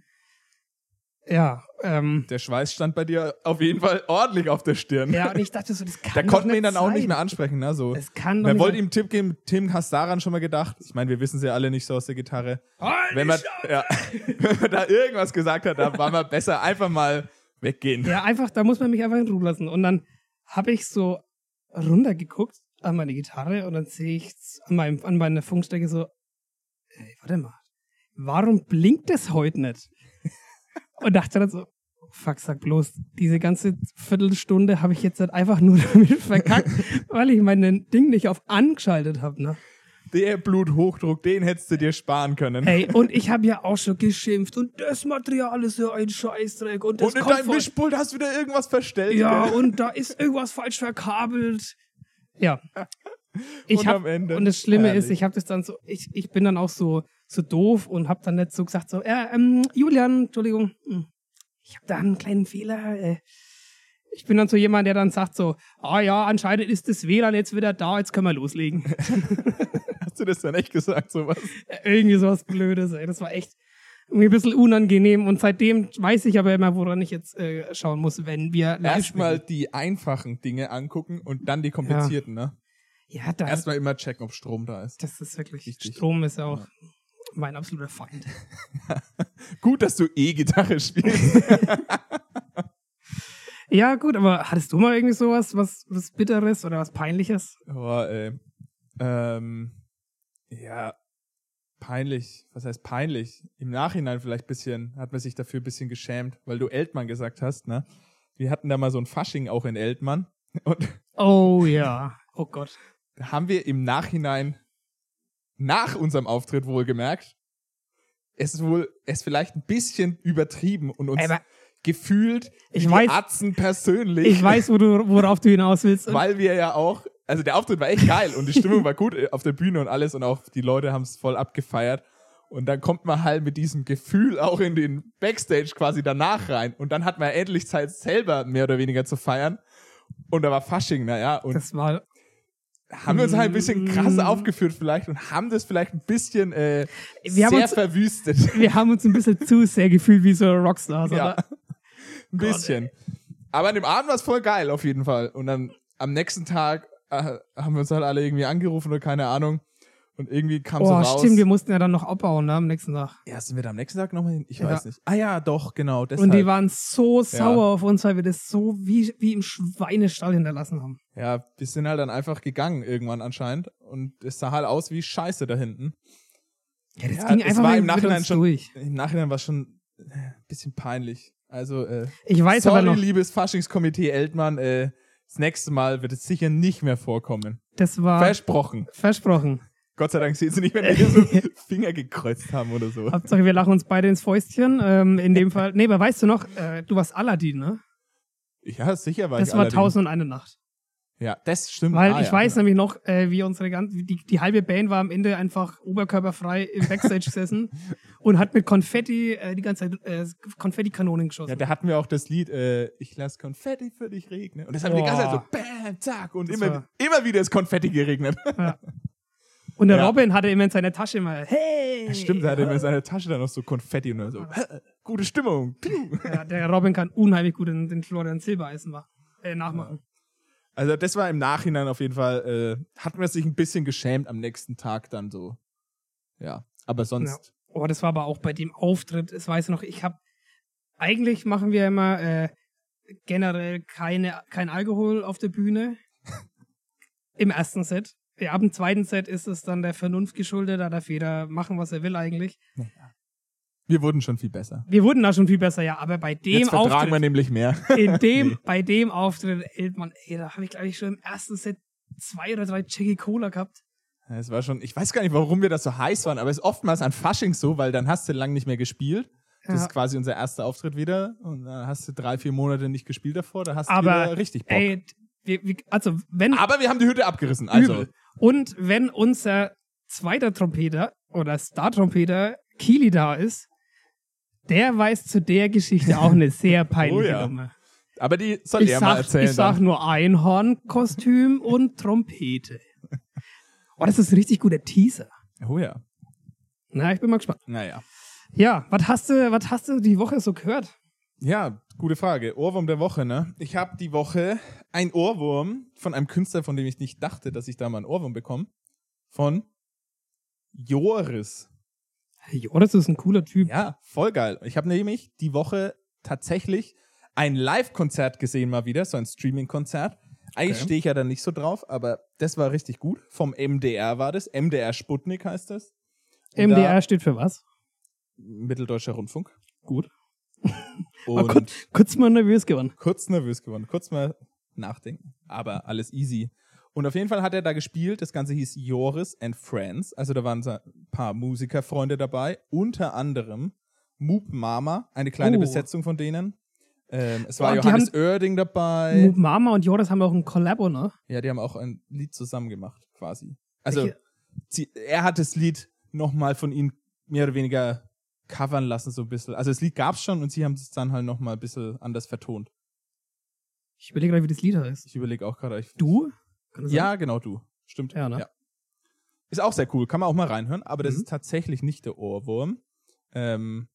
S1: Ja, ähm,
S2: <laughs> Der Schweiß stand bei dir auf jeden Fall ordentlich auf der Stirn.
S1: ja, und ich dachte so, das kann
S2: da
S1: doch
S2: konnten wir
S1: nicht
S2: ihn dann auch nicht
S1: sein.
S2: mehr ansprechen, ne? So.
S1: Das kann doch
S2: Man
S1: nicht
S2: wollte
S1: sein.
S2: ihm Tipp geben, Tim, hast daran schon mal gedacht? Ich meine, wir wissen es ja alle nicht so aus der Gitarre.
S1: Halt die
S2: Wenn man,
S1: Schnauze!
S2: ja, <laughs> wenn man da irgendwas gesagt hat, da war man besser einfach mal weggehen.
S1: Ja, einfach, da muss man mich einfach in Ruhe lassen. Und dann habe ich so runtergeguckt an meine Gitarre und dann sehe ich an, meinem, an meiner Funkstrecke so, ey, warte mal, warum blinkt das heute nicht? Und dachte dann so, fuck, sag bloß, diese ganze Viertelstunde habe ich jetzt halt einfach nur <laughs> damit verkackt, weil ich mein Ding nicht auf angeschaltet habe, ne?
S2: Der Bluthochdruck, den hättest du dir sparen können.
S1: Ey, und ich habe ja auch schon geschimpft und das Material ist ja ein Scheißdreck und das
S2: Und in
S1: kommt
S2: deinem
S1: von-
S2: Mischpult hast du wieder irgendwas verstellt.
S1: Ja,
S2: gell?
S1: und da ist irgendwas falsch verkabelt.
S2: <laughs>
S1: Ja. Ich
S2: Und
S1: hab,
S2: am Ende.
S1: und das Schlimme
S2: Herrlich.
S1: ist, ich habe das dann so, ich, ich bin dann auch so, so doof und habe dann nicht so gesagt, so, äh, ähm, Julian, Entschuldigung, hm, ich habe da einen kleinen Fehler. Äh. Ich bin dann so jemand, der dann sagt so, ah ja, anscheinend ist das WLAN jetzt wieder da, jetzt können wir
S2: <laughs>
S1: loslegen.
S2: Hast du das dann echt gesagt, sowas?
S1: Äh, Irgendwie sowas Blödes, ey. Das war echt irgendwie ein bisschen unangenehm. Und seitdem weiß ich aber immer, woran ich jetzt äh, schauen muss, wenn wir live
S2: Erstmal
S1: spielen.
S2: die einfachen Dinge angucken und dann die komplizierten, ne?
S1: Ja, da,
S2: Erstmal immer checken, ob Strom da ist.
S1: Das ist wirklich.
S2: Richtig.
S1: Strom ist ja auch mein absoluter Feind.
S2: Gut, dass du E-Gitarre <laughs> spielst.
S1: Ja, gut, aber hattest du mal irgendwie sowas, was, was Bitteres oder was Peinliches?
S2: Oh, ey. Ähm, ja, peinlich. Was heißt peinlich? Im Nachhinein vielleicht bisschen, hat man sich dafür ein bisschen geschämt, weil du Eltmann gesagt hast, ne? Wir hatten da mal so ein Fasching auch in Eltmann und
S1: Oh ja. Oh Gott.
S2: haben wir im Nachhinein, nach unserem Auftritt wohlgemerkt, es wohl, es vielleicht ein bisschen übertrieben und uns <laughs>
S1: Aber-
S2: gefühlt,
S1: Ich
S2: wie
S1: weiß-
S2: die Atzen persönlich.
S1: Ich weiß, wo du, worauf du hinaus willst. Und
S2: weil wir ja auch, also der Auftritt war echt geil und die Stimmung war gut äh, auf der Bühne und alles und auch die Leute haben es voll abgefeiert. Und dann kommt man halt mit diesem Gefühl auch in den Backstage quasi danach rein. Und dann hat man endlich Zeit, selber mehr oder weniger zu feiern. Und da war Fasching, naja. Und
S1: das war.
S2: haben wir uns halt ein bisschen krass
S1: Mm.
S2: aufgeführt vielleicht und haben das vielleicht ein bisschen äh,
S1: Wir haben
S2: sehr
S1: uns-
S2: verwüstet. <laughs>
S1: Wir haben uns ein bisschen zu sehr gefühlt wie so Rockstars,
S2: Ja.
S1: oder?
S2: Ein bisschen. Aber an dem Abend war es voll geil, auf jeden Fall. Und dann am nächsten Tag äh, haben wir uns halt alle irgendwie angerufen oder keine Ahnung. Und irgendwie kam so
S1: Oh,
S2: raus.
S1: stimmt, wir mussten ja dann noch abbauen, ne, am nächsten Tag.
S2: ja, sind wir da am nächsten Tag nochmal hin? Ich
S1: Ja.
S2: weiß nicht. Ah ja, doch, genau. Deshalb.
S1: Und die waren so sauer auf uns, weil wir das so wie, wie im Schweinestall hinterlassen haben.
S2: ja, wir sind halt dann einfach gegangen irgendwann anscheinend. Und es sah halt aus wie Scheiße da hinten.
S1: Ja, das
S2: Ja,
S1: ging
S2: es
S1: einfach
S2: war
S1: mit
S2: im Nachhinein
S1: uns
S2: schon-
S1: durch.
S2: Im Nachhinein war es schon äh, ein bisschen peinlich. Also, äh,
S1: Ich weiß
S2: sorry,
S1: aber noch.
S2: liebes Faschingskomitee Eltmann, äh, das nächste Mal wird es sicher nicht mehr vorkommen.
S1: Das war
S2: Versprochen.
S1: versprochen.
S2: Gott sei Dank sehen sie nicht, wenn wir hier so
S1: <laughs>
S2: Finger gekreuzt haben oder so.
S1: Hauptsache, wir lachen uns beide ins Fäustchen. Ähm, in
S2: <laughs>
S1: dem Fall, nee, aber weißt du noch, äh, du warst Aladdin, ne?
S2: Ja, sicher war
S1: Das
S2: ich
S1: war
S2: allerdings.
S1: 1001 Nacht.
S2: Ja, das stimmt.
S1: Weil
S2: Ah,
S1: ich
S2: ja.
S1: weiß nämlich noch, äh, wie unsere ganze, die, die halbe Band war am Ende einfach oberkörperfrei im
S2: <laughs>
S1: Backstage gesessen und hat mit Konfetti äh, die ganze Zeit äh, Konfettikanonen
S2: Ja,
S1: geschossen.
S2: da hatten wir auch das Lied, äh, ich lass Konfetti für dich regnen. Und das haben wir die
S1: Boah.
S2: ganze Zeit so, bam, zack, und
S1: Das
S2: immer,
S1: war-
S2: immer wieder ist Konfetti geregnet. <laughs>
S1: und der
S2: ja.
S1: Robin hatte immer in seiner Tasche immer, hey!
S2: Das stimmt, da hat er in seiner Tasche dann noch so Konfetti und dann so, "Hä, <laughs> gute Stimmung. Piu.
S1: Ja, der Robin kann unheimlich gut den, den Florian Silbereisen machen. Äh, nachmachen.
S2: Also das war im Nachhinein auf jeden Fall, äh, hatten wir sich ein bisschen geschämt am nächsten Tag dann so. Ja, aber sonst,
S1: Oh, das war aber auch bei dem Auftritt. Es weiß noch, ich habe eigentlich machen wir immer äh, generell keine, kein Alkohol auf der
S2: <laughs>
S1: Bühne im ersten Set. Ja, ab dem zweiten Set ist es dann der Vernunft geschuldet, da darf jeder machen, was er will eigentlich.
S2: wir wurden schon viel besser.
S1: Wir wurden da schon viel besser, ja, aber bei dem
S2: Jetzt vertragen wir
S1: Auftritt,
S2: nämlich mehr. <laughs>
S1: in dem, bei dem Auftritt, Eltmann, ey, da habe ich glaube ich schon im ersten Set zwei oder drei Jackie Cola gehabt.
S2: Ja, Es war schon, ich weiß gar nicht, warum wir das so heiß waren, aber es ist oftmals an Fasching so, weil dann hast du lang nicht mehr gespielt Das
S1: Ja.
S2: ist quasi unser erster Auftritt wieder. Und dann hast du drei, vier Monate nicht gespielt davor. Da hast
S1: Aber,
S2: du wieder richtig Bock.
S1: Ey, wir, wir, also wenn
S2: Aber wir haben die Hütte abgerissen. Also,
S1: übel. Und wenn unser zweiter Trompeter oder Star-Trompeter Kili da ist, der weiß zu der Geschichte auch eine
S2: <laughs>
S1: sehr peinliche
S2: Oh ja.
S1: Nummer.
S2: aber die soll
S1: Ich
S2: er mal
S1: sag,
S2: erzählen.
S1: ich sag
S2: dann.
S1: nur Einhornkostüm und Trompete. Oh, das ist ein richtig guter Teaser.
S2: Oh ja.
S1: Na, ich bin mal gespannt.
S2: Naja.
S1: Ja, was hast du, was hast du die Woche so gehört?
S2: Ja, gute Frage. Ohrwurm der Woche, ne? Ich habe die Woche ein Ohrwurm von einem Künstler, von dem ich nicht dachte, dass ich da mal einen Ohrwurm bekomme. Von Joris.
S1: Jo, das ist ein cooler Typ.
S2: Ja, voll geil. Ich habe nämlich die Woche tatsächlich ein Live-Konzert gesehen mal wieder, so ein Streaming-Konzert. Eigentlich
S1: Okay.
S2: stehe ich ja da nicht so drauf, aber das war richtig gut. Vom MDR war das. MDR Sputnik heißt das. Und
S1: MDR
S2: da-
S1: steht für was?
S2: Mitteldeutscher Rundfunk.
S1: Gut. Mal
S2: Und
S1: kurz, kurz mal nervös geworden.
S2: kurz nervös geworden, kurz mal nachdenken, aber alles easy. Und auf jeden Fall hat er da gespielt, das Ganze hieß Joris and Friends, also da waren so ein paar Musikerfreunde dabei, unter anderem Moop Mama, eine kleine
S1: Oh.
S2: Besetzung von denen. Ähm, es war
S1: Boah, die
S2: Johannes
S1: haben-
S2: Oerding dabei.
S1: Moop Mama und Joris haben auch ein Collabo, ne?
S2: Ja, die haben auch ein Lied zusammen gemacht, quasi. Also,
S1: Welche-
S2: sie, er hat das Lied nochmal von ihm mehr oder weniger covern lassen, so ein bisschen. Also, das Lied gab's schon und sie haben es dann halt nochmal ein bisschen anders vertont.
S1: Ich überlege gerade, wie das Lied heißt.
S2: Ich überlege auch gerade, ich
S1: Du? Kann das sein?
S2: Ja, genau du. Stimmt.
S1: Ja, ne?
S2: Ist auch sehr cool, kann man auch mal reinhören, aber das
S1: Mhm.
S2: ist tatsächlich nicht der Ohrwurm. Ähm,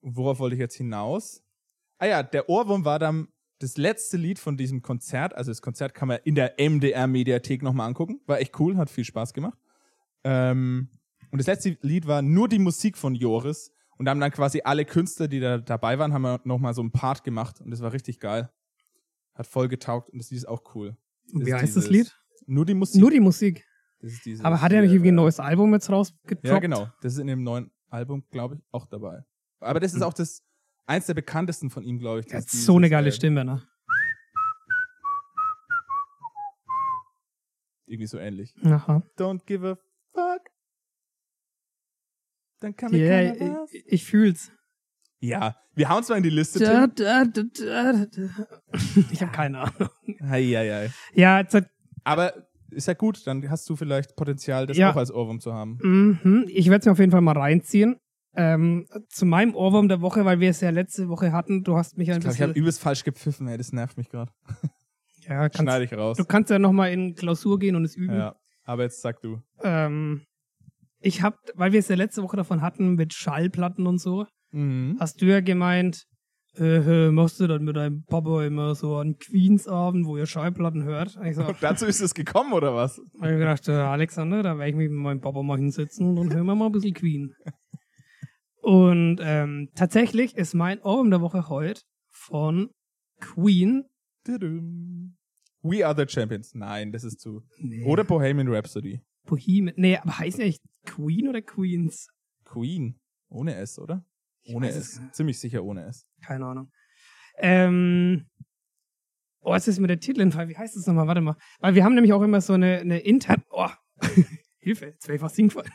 S2: worauf wollte ich jetzt hinaus? Ah ja, der Ohrwurm war dann das letzte Lied von diesem Konzert. Also das Konzert kann man in der MDR-Mediathek nochmal angucken. War echt cool, hat viel Spaß gemacht. Ähm, und das letzte Lied war nur die Musik von Joris. Und da haben dann quasi alle Künstler, die da dabei waren, haben nochmal so einen Part gemacht. Und das war richtig geil. Hat voll getaugt und das Lied ist auch cool.
S1: Und Wie
S2: ist
S1: heißt das
S2: dieses-
S1: Lied?
S2: Nur die Musik.
S1: Nur die Musik.
S2: Das ist dieses
S1: Aber hat er nicht
S2: hier,
S1: irgendwie ein
S2: äh,
S1: neues Album jetzt rausgetroppt?
S2: Ja, genau. Das ist in dem neuen Album, glaube ich, auch dabei. Aber das ist
S1: Mhm.
S2: auch das eins der bekanntesten von ihm, glaube ich.
S1: Er hat
S2: dieses,
S1: so eine geile
S2: äh,
S1: Stimme, ne?
S2: Irgendwie so ähnlich.
S1: Aha.
S2: Don't give a fuck. Dann kann mir
S1: Ja,
S2: keiner was.
S1: ich, ich fühl's.
S2: Ja, wir hauen zwar in die Liste.
S1: Da,
S2: Tim.
S1: da, da, da, da. Ich habe keine Ahnung.
S2: Hei, hei, hei.
S1: <laughs> Ja, jetzt hat,
S2: Aber ist ja gut, dann hast du vielleicht Potenzial, das
S1: Ja.
S2: auch als Ohrwurm zu haben.
S1: mhm, ich werde es mir auf jeden Fall mal reinziehen. Ähm, zu meinem Ohrwurm der Woche, weil wir es ja letzte Woche hatten. Du hast mich ein
S2: Ich glaube, ich
S1: bisschen.
S2: habe übelst falsch gepfiffen, ey, das nervt mich gerade.
S1: ja, kannst,
S2: Schneide ich raus.
S1: du kannst ja nochmal in Klausur gehen und es üben.
S2: Ja, aber jetzt sag du.
S1: Ähm, ich habe, weil wir es ja letzte Woche davon hatten mit Schallplatten und so,
S2: Mhm. <laughs>
S1: hast du ja gemeint, äh, äh, machst du dann mit deinem Papa immer so einen Queens-Abend, wo ihr Schallplatten hört? Und ich
S2: <laughs>
S1: so,
S2: Und dazu ist es gekommen, oder was?
S1: hab ich gedacht, äh, Alexander, da werde ich mich mit meinem Papa mal hinsetzen und dann hören wir mal ein bisschen Queen. Und ähm, tatsächlich ist mein Ohrwurm der Woche heute von Queen.
S2: Tudum. We are the Champions. Nein, das ist zu.
S1: Nee,
S2: Oder Bohemian Rhapsody.
S1: Bohemian. Nee, aber heißt die eigentlich Queen oder Queens?
S2: Queen. Ohne S, oder?
S1: Ich
S2: ohne
S1: weiß
S2: S.
S1: es gar
S2: Ziemlich sicher ohne S.
S1: Keine Ahnung. Ähm, oh, jetzt ist mir der Titel entfallen. Wie heißt es nochmal? Warte mal. Weil wir haben nämlich auch immer so eine, eine interne. Oh, <laughs> Hilfe, jetzt wäre ich fast hingefallen.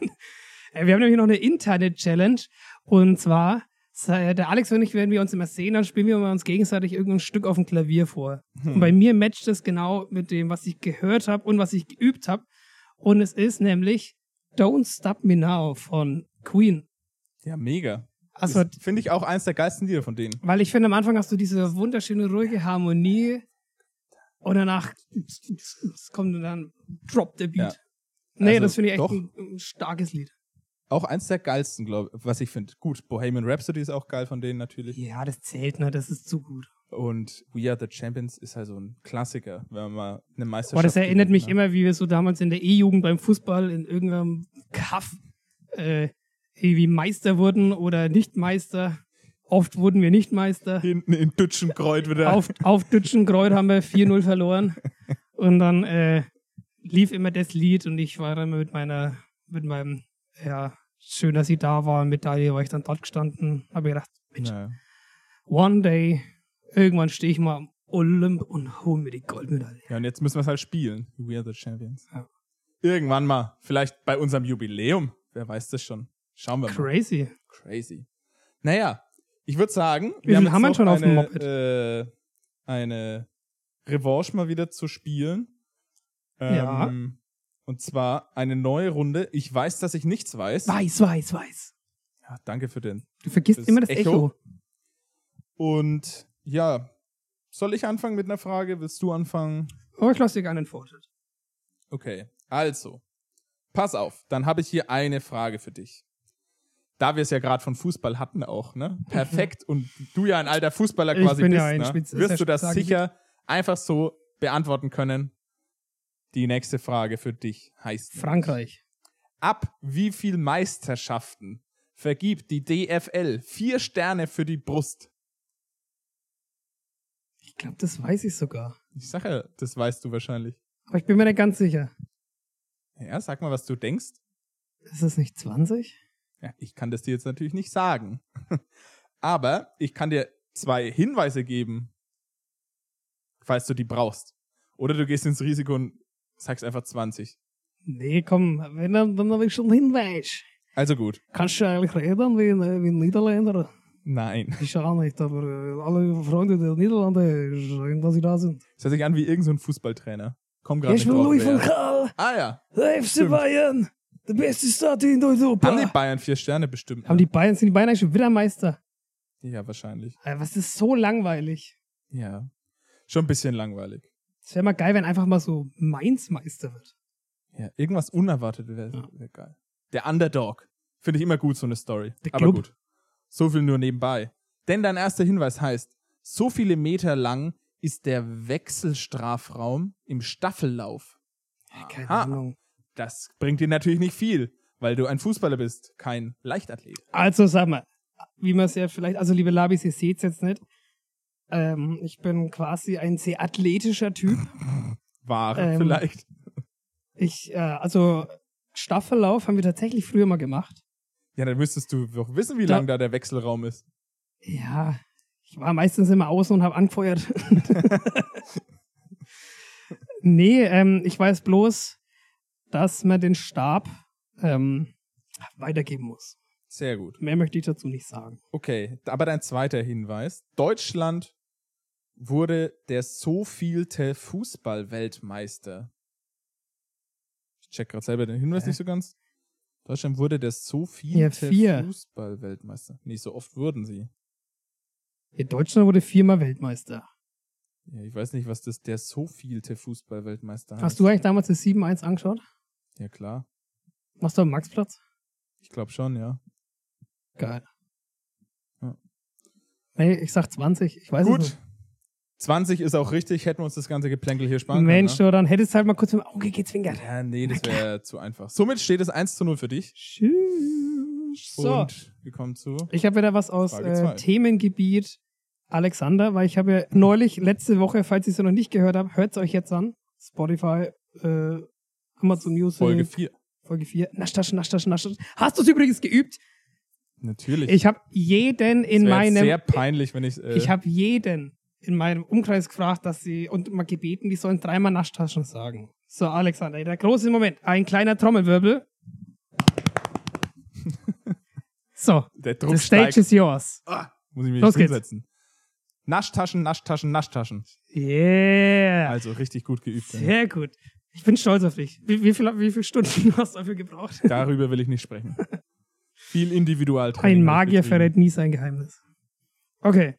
S1: Äh, Wir haben nämlich noch eine interne Challenge. Und zwar, sa- der Alex und ich, wenn wir uns immer sehen, dann spielen wir immer uns gegenseitig irgendein Stück auf dem Klavier vor. Und bei mir matcht es genau mit dem, was ich gehört habe und was ich geübt habe. Und es ist nämlich Don't Stop Me Now von Queen.
S2: Ja, mega.
S1: Also,
S2: Das Finde ich auch eins der geilsten Lieder von denen.
S1: weil ich finde, am Anfang hast du diese wunderschöne, ruhige Harmonie und danach es kommt und dann drop der Beat.
S2: Ja.
S1: Nee,
S2: Also,
S1: das finde ich echt
S2: doch.
S1: ein, ein starkes Lied.
S2: Auch eins der geilsten, glaube ich, was ich finde. Gut, Bohemian Rhapsody ist auch geil von denen natürlich.
S1: Ja, das zählt, ne? Das ist zu gut.
S2: Und We are the Champions ist halt so ein Klassiker, wenn man mal eine Meisterschaft
S1: Boah, das erinnert
S2: gewinnt,
S1: mich
S2: ne?
S1: immer, wie wir so damals in der E-Jugend beim Fußball in irgendeinem Kaff äh, irgendwie Meister wurden oder Nicht-Meister. Oft wurden wir Nicht-Meister.
S2: Hinten in Dütschenkreuz wieder.
S1: Auf, auf Dütschenkreuz haben wir 4-0 verloren. Und dann äh, lief immer das Lied und ich war dann mit meiner, mit meinem, ja, schön, dass ich da war, Medaille war ich dann dort gestanden. Habe gedacht, Mensch,
S2: Naja.
S1: one day, irgendwann stehe ich mal am Olymp und hole mir die Goldmedaille.
S2: Ja, und jetzt müssen wir es halt spielen. We are the Champions.
S1: Ja.
S2: Irgendwann mal. Vielleicht bei unserem Jubiläum. Wer weiß das schon. Schauen wir mal.
S1: Crazy.
S2: Crazy. Naja, Ich würde sagen,
S1: Wie viel haben wir
S2: jetzt
S1: schon
S2: noch
S1: auf dem
S2: eine,
S1: Moped?
S2: Äh, eine Revanche mal wieder zu spielen. Ähm,
S1: Ja.
S2: Und zwar eine neue Runde. Ich weiß, dass ich nichts weiß.
S1: Weiß, weiß, weiß.
S2: Ja, danke für den.
S1: Du vergisst
S2: Das
S1: immer das
S2: Echo.
S1: Echo.
S2: Und ja, soll ich anfangen mit einer Frage? Willst du anfangen?
S1: Oh, ich lasse dir gerne einen Vortritt.
S2: Okay, also, pass auf, dann habe ich hier eine Frage für dich. Da wir es ja gerade von Fußball hatten
S1: <laughs>
S2: auch, ne? Perfekt. Und du ja ein alter Fußballer
S1: Ich
S2: quasi
S1: bin
S2: bist,
S1: ja ein
S2: ne?
S1: Spitz- ist ja
S2: wirst du das
S1: Spezialgebiet.
S2: sicher einfach so beantworten können. Die nächste Frage für dich heißt nämlich,
S1: Frankreich.
S2: ab wie viel Meisterschaften vergibt die DFL vier Sterne für die Brust?
S1: Ich glaube, das weiß ich sogar.
S2: Ich sage ja, das weißt du wahrscheinlich.
S1: Aber ich bin mir nicht ganz sicher.
S2: Ja, sag mal, was du denkst.
S1: Ist es nicht 20?
S2: Ja, ich kann das dir jetzt natürlich nicht sagen. <laughs> Aber ich kann dir zwei Hinweise geben, falls du die brauchst. Oder du gehst ins Risiko und sagst einfach 20.
S1: Nee, komm, wenn dann, dann habe ich schon einen Hinweis.
S2: Also gut.
S1: Kannst du eigentlich reden wie ein, wie ein Niederländer?
S2: Nein.
S1: Ich auch nicht, aber äh, alle Freunde der Niederlande, schön, dass sie da sind.
S2: Das hört sich an wie irgendein so ein Fußballtrainer. Komm gerade
S1: ich
S2: nicht
S1: bin
S2: drauf.
S1: Louis
S2: wer.
S1: van Gaal,
S2: ah ja.
S1: der FC
S2: Stimmt.
S1: Bayern, der beste Staat in Europa.
S2: Haben die Bayern vier Sterne bestimmt.
S1: Haben die Bayern, sind die Bayern eigentlich schon wieder Meister?
S2: ja, wahrscheinlich.
S1: Äh, Was ist so langweilig?
S2: Ja. Schon ein bisschen langweilig.
S1: Es wäre mal geil, wenn einfach mal so Mainz Meister wird.
S2: Ja, irgendwas Unerwartetes wäre wär geil. Der Underdog. Finde ich immer gut, so eine Story.
S1: Der
S2: Aber
S1: Club.
S2: gut. So viel nur nebenbei. Denn dein erster Hinweis heißt, so viele Meter lang ist der Wechselstrafraum im Staffellauf.
S1: Keine
S2: Aha.
S1: Ahnung.
S2: Das bringt dir natürlich nicht viel, weil du ein Fußballer bist, kein Leichtathlet.
S1: Also sag mal, wie man es ja vielleicht, also liebe Labis, ihr seht es jetzt nicht. Ähm, ich bin quasi ein sehr athletischer Typ.
S2: Ware
S1: Ähm.
S2: vielleicht.
S1: Ich, äh, also Staffellauf haben wir tatsächlich früher mal gemacht.
S2: Ja, dann müsstest du doch wissen, wie
S1: Da-
S2: lang da der Wechselraum ist.
S1: Ja, ich war meistens immer außen und habe angefeuert. <laughs> nee, ähm, ich weiß bloß, dass man den Stab ähm, weitergeben muss.
S2: Sehr gut.
S1: Mehr möchte ich dazu nicht sagen.
S2: Okay, aber dein zweiter Hinweis. Deutschland wurde der so vielte Fußball-Weltmeister. Ich check gerade selber den Hinweis
S1: Hä?
S2: nicht so ganz. Deutschland wurde der so
S1: Ja,
S2: vielte
S1: vier.
S2: Fußball-Weltmeister. Nee, so oft wurden sie.
S1: Ja, Deutschland wurde viermal Weltmeister.
S2: Ja, ich weiß nicht, was das der so vielte Fußball-Weltmeister heißt.
S1: Hast du eigentlich damals das 7-1 angeschaut?
S2: Ja, klar.
S1: Machst du am Maxplatz?
S2: Ich glaube schon, ja.
S1: Geil.
S2: Ja.
S1: Nee, ich sag 20. Ich weiß es
S2: Gut.
S1: nicht.
S2: 20 ist auch richtig. Hätten wir uns das ganze Geplänkel hier sparen
S1: Mensch,
S2: können.
S1: du, dann hättest halt mal kurz im Auge gezwinkert.
S2: Ne? Ja, nee, das wäre zu einfach. Somit steht es 1 zu 0 für dich.
S1: Tschüss. So.
S2: Und wir kommen zu.
S1: Ich habe wieder was aus
S2: Frage zwei.
S1: äh, Themengebiet Alexander, weil ich habe ja neulich, letzte Woche, falls ihr es ja noch nicht gehört habt, hört es euch jetzt an. Spotify, äh, Amazon Music.
S2: Folge 4.
S1: Folge 4. Nasch, nasch, nasch, nasch, nasch. Hast du es übrigens geübt?
S2: Natürlich.
S1: Ich habe jeden in
S2: Es wär jetzt
S1: meinem
S2: sehr peinlich, wenn ich. Äh,
S1: Ich habe jeden in meinem Umkreis gefragt, dass sie und mal gebeten, die sollen dreimal Naschtaschen sagen. So, Alexander, der große Moment. Ein kleiner
S2: <laughs>
S1: Trommelwirbel. so,
S2: der
S1: the
S2: Druck
S1: stage
S2: steigt.
S1: is yours.
S2: Ah, muss ich mich
S1: Los geht's.
S2: hinsetzen. Naschtaschen, Naschtaschen, Naschtaschen.
S1: Yeah.
S2: Also richtig gut geübt. Ja.
S1: Sehr gut. Ich bin stolz auf dich. Wie, wie, viel, wie viele Stunden <laughs> hast du dafür gebraucht?
S2: Darüber will ich
S1: <laughs>
S2: nicht sprechen. Viel Individualtraining.
S1: Ein
S2: hab ich
S1: Magier
S2: betrieben.
S1: verrät nie sein Geheimnis. Okay.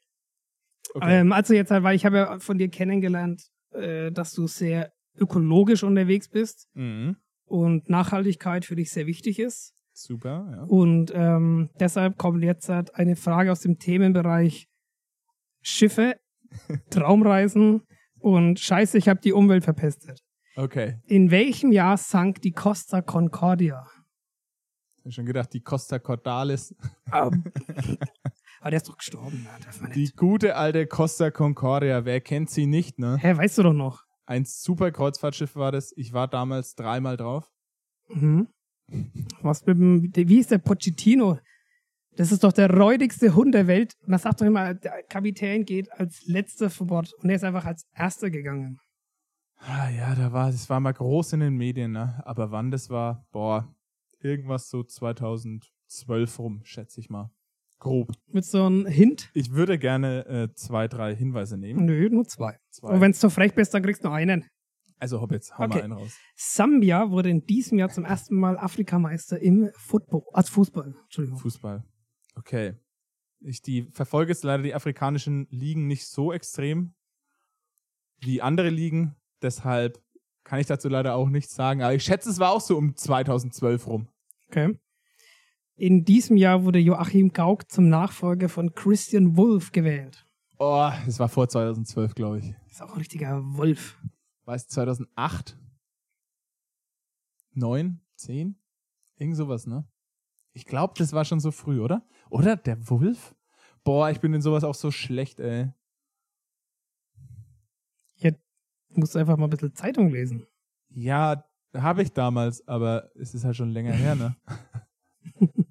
S2: Okay.
S1: Ähm, also jetzt halt, weil ich habe ja von dir kennengelernt, äh, dass du sehr ökologisch unterwegs bist.
S2: Mhm.
S1: und Nachhaltigkeit für dich sehr wichtig ist.
S2: Super, ja.
S1: Und ähm, deshalb kommt jetzt halt eine Frage aus dem Themenbereich Schiffe,
S2: <laughs>
S1: Traumreisen und Scheiße, ich habe die Umwelt verpestet.
S2: Okay.
S1: In welchem Jahr sank die Costa Concordia?
S2: Ich hab schon gedacht, die Costa Cordalis.
S1: <laughs> Aber der ist doch gestorben, ne? darf man
S2: Ah. Die
S1: nicht.
S2: gute alte Costa Concordia. Wer kennt sie nicht, ne?
S1: Hä, weißt du doch noch?
S2: Ein super Kreuzfahrtschiff war das. Ich war damals dreimal drauf.
S1: Mhm. Was mit dem, wie ist der Pochettino? Das ist doch der räudigste Hund der Welt. Man sagt doch immer, der Kapitän geht als letzter vor Bord und er ist einfach als erster gegangen.
S2: Ah ja, da war es war mal groß in den Medien, ne? Aber wann das war, boah, irgendwas so 2012 rum, schätze ich mal. Grob.
S1: Mit so einem Hint?
S2: Ich würde gerne äh, zwei, drei Hinweise nehmen.
S1: Nö, nur zwei.
S2: Zwei.
S1: Und wenn es so frech bist, dann kriegst du nur einen.
S2: also hopp jetzt, hau mal
S1: Okay.
S2: einen raus.
S1: Sambia wurde in diesem Jahr zum ersten Mal Afrikameister im Football, als Fußball. Entschuldigung.
S2: Fußball. Okay. Ich die verfolge jetzt leider die afrikanischen Ligen nicht so extrem wie andere Ligen. Deshalb kann ich dazu leider auch nichts sagen. Aber ich schätze, es war auch so um 2012 rum.
S1: Okay. In diesem Jahr wurde Joachim Gauck zum Nachfolger von Christian Wolf gewählt.
S2: Oh, es war vor 2012, glaube ich.
S1: Ist auch ein richtiger Wolf.
S2: War es 2008? 9? 10? Irgend sowas, ne? Ich glaube, das war schon so früh, oder? Oder? Der Wolf? Boah, ich bin in sowas auch so schlecht, ey.
S1: Du musst einfach mal ein bisschen Zeitung lesen.
S2: Ja, habe ich damals, aber es ist halt schon länger her, ne? <laughs>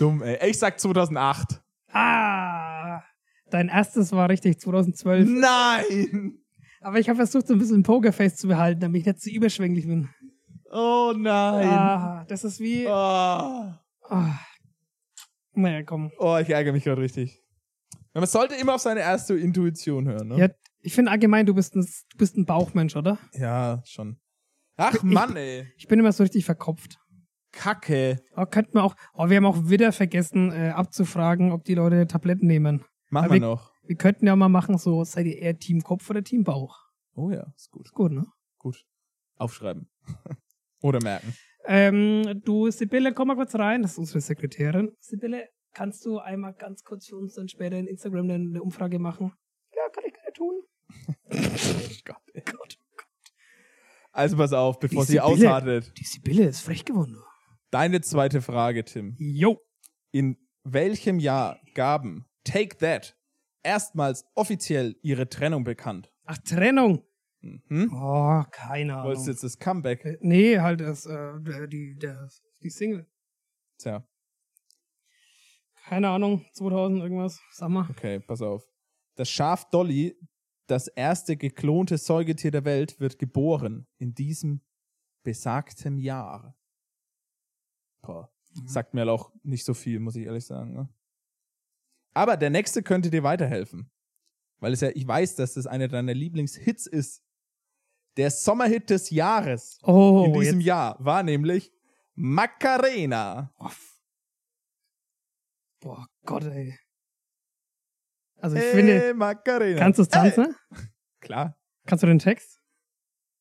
S2: Dumm, ey. Ich sag 2008.
S1: Ah! Dein erstes war richtig 2012.
S2: Nein!
S1: Aber ich habe versucht, so ein bisschen Pokerface zu behalten, damit ich nicht zu überschwänglich bin.
S2: Oh nein!
S1: Ah, das ist wie.
S2: Ah.
S1: Ah. Naja, komm.
S2: Oh, ich ärgere mich gerade richtig. Man sollte immer auf seine erste Intuition hören, ne?
S1: Ja, ich finde allgemein, du bist, ein, du bist ein Bauchmensch, oder?
S2: Ja, schon. Ach Mann, ey.
S1: Ich bin immer so richtig verkopft.
S2: Kacke.
S1: Aber könnten wir auch. Oh, wir haben auch wieder vergessen äh, abzufragen, ob die Leute Tabletten nehmen.
S2: Machen
S1: Aber
S2: wir
S1: ich-
S2: noch.
S1: Wir könnten ja mal machen, so seid ihr eher Team Kopf oder Team Bauch.
S2: Oh ja, ist gut.
S1: Ist gut, ne?
S2: Gut. Aufschreiben. <laughs> Oder merken.
S1: Ähm, du, Sibylle, komm mal kurz rein. Das ist unsere Sekretärin. Sibylle, kannst du einmal ganz kurz für uns dann später in Instagram eine- eine Umfrage machen? Ja, kann ich gerne tun.
S2: <laughs> Gott, ey.
S1: Gott.
S2: Also pass auf, bevor
S1: Die
S2: sie
S1: Sibylle.
S2: ausartet.
S1: Die Sibylle ist frech geworden. du.
S2: Deine zweite Frage, Tim.
S1: Jo.
S2: In welchem Jahr gaben Take That erstmals offiziell ihre Trennung bekannt?
S1: Ach, Trennung.
S2: Mhm.
S1: Oh, keine Ahnung.
S2: Wolltest du jetzt das Comeback?
S1: Äh, Nee, halt das, äh, der- die, das, die Single.
S2: Tja,
S1: Keine Ahnung, 2000 irgendwas. Sag mal.
S2: okay, pass auf. Das Schaf Dolly, das erste geklonte Säugetier der Welt, wird geboren in diesem besagten Jahr. Boah,
S1: Mhm.
S2: sagt mir auch nicht so viel, muss ich ehrlich sagen. Ne? Aber der nächste könnte dir weiterhelfen. Weil es ja, ich weiß, dass das einer deiner Lieblingshits ist. Der Sommerhit des Jahres
S1: Oh,
S2: in diesem
S1: jetzt,
S2: Jahr war nämlich Macarena.
S1: oh, f- boah, Gott, ey. Also ich finde,
S2: Hey, Macarena.
S1: kannst du es tanzen?
S2: Klar.
S1: Kannst du den Text?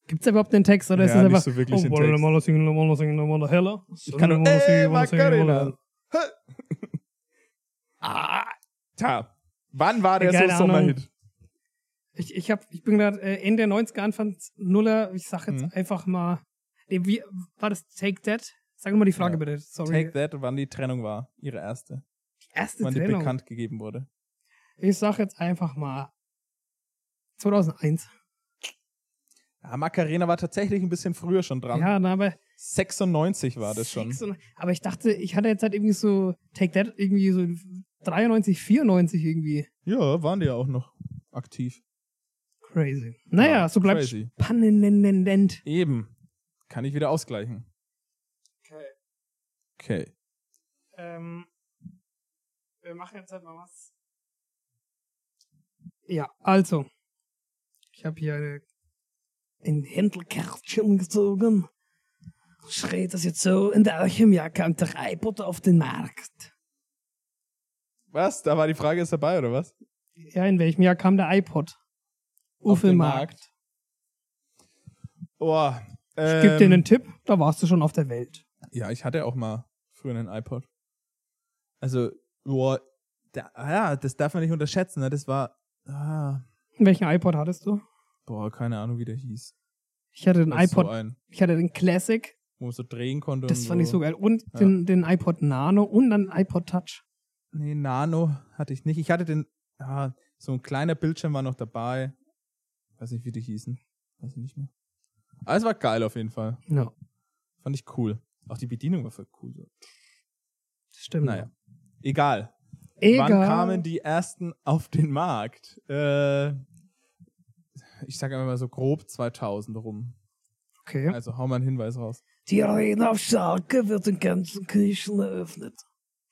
S1: Gibt es überhaupt den Text oder ist
S2: Ja,
S1: es
S2: nicht
S1: einfach
S2: so wirklich
S1: oh,
S2: den
S1: wanna
S2: Text.
S1: wanna sing, wanna sing, wanna hella.
S2: Ich kann nur,
S1: Wanna sing,
S2: "Ey,
S1: wanna sing,
S2: Macarena."
S1: wanna-
S2: Ah, tja. Wann war der
S1: Keine
S2: so
S1: Ahnung.
S2: Sommerhit?
S1: Ich, ich, hab, ich bin gerade äh, Ende der 90er, Anfang Nuller. Ich sag jetzt
S2: Mhm.
S1: einfach mal. Nee, wie, war das Take That? Sag mal die Frage
S2: Ja.
S1: bitte. Sorry.
S2: Take That, wann die Trennung war. Ihre erste.
S1: Erste
S2: Wann die
S1: Trennung.
S2: bekannt gegeben wurde.
S1: Ich sag jetzt einfach mal 2001.
S2: Ja, Macarena war tatsächlich ein bisschen früher schon dran.
S1: Ja, na, aber
S2: 96 war das schon.
S1: 96 aber ich dachte, ich hatte jetzt halt irgendwie so Take That irgendwie so 93, 94 irgendwie.
S2: Ja, waren die ja auch noch aktiv.
S1: Crazy. Naja,
S2: Ja,
S1: so bleibt
S2: crazy.
S1: spannend.
S2: Eben. Kann ich wieder ausgleichen.
S1: Okay.
S2: Okay.
S1: Ähm, wir machen jetzt halt mal was. Ja, also. Ich habe hier eine in Händelkärtchen gezogen. Schreit das jetzt so, in welchem Jahr kam der iPod auf den Markt?
S2: Was? Da war die Frage ist dabei, oder was?
S1: Ja, in welchem Jahr kam der iPod?
S2: Auf
S1: Auf
S2: den
S1: den Markt.
S2: Oh, ähm,
S1: Ich gebe dir einen Tipp, da warst du schon auf der Welt.
S2: Ja, ich hatte auch mal früher einen iPod. Also, boah, da, ah ja, das darf man nicht unterschätzen. Ne? Das war, ah,
S1: Welchen iPod hattest du?
S2: boah, keine Ahnung, wie der hieß.
S1: Ich hatte den
S2: Das ist
S1: iPod,
S2: So ein,
S1: ich hatte den Classic,
S2: wo man so drehen konnte.
S1: das
S2: und
S1: fand ich so geil. Und
S2: Ja.
S1: den, den iPod Nano und dann iPod Touch.
S2: Nee, Nano hatte ich nicht. Ich hatte den, ah, so ein kleiner Bildschirm war noch dabei. Weiß nicht, wie die hießen. Weiß ich nicht mehr. Aber es war geil auf jeden Fall.
S1: Ja,
S2: Fand ich cool. Auch die Bedienung war voll cool. So.
S1: stimmt.
S2: Naja, egal.
S1: Egal.
S2: Wann kamen die ersten auf den Markt? Äh, ich sage einfach mal so grob 2000 rum.
S1: Okay.
S2: Also hau mal einen Hinweis raus.
S1: Die Arena auf Schalke wird den ganzen Kirchen eröffnet.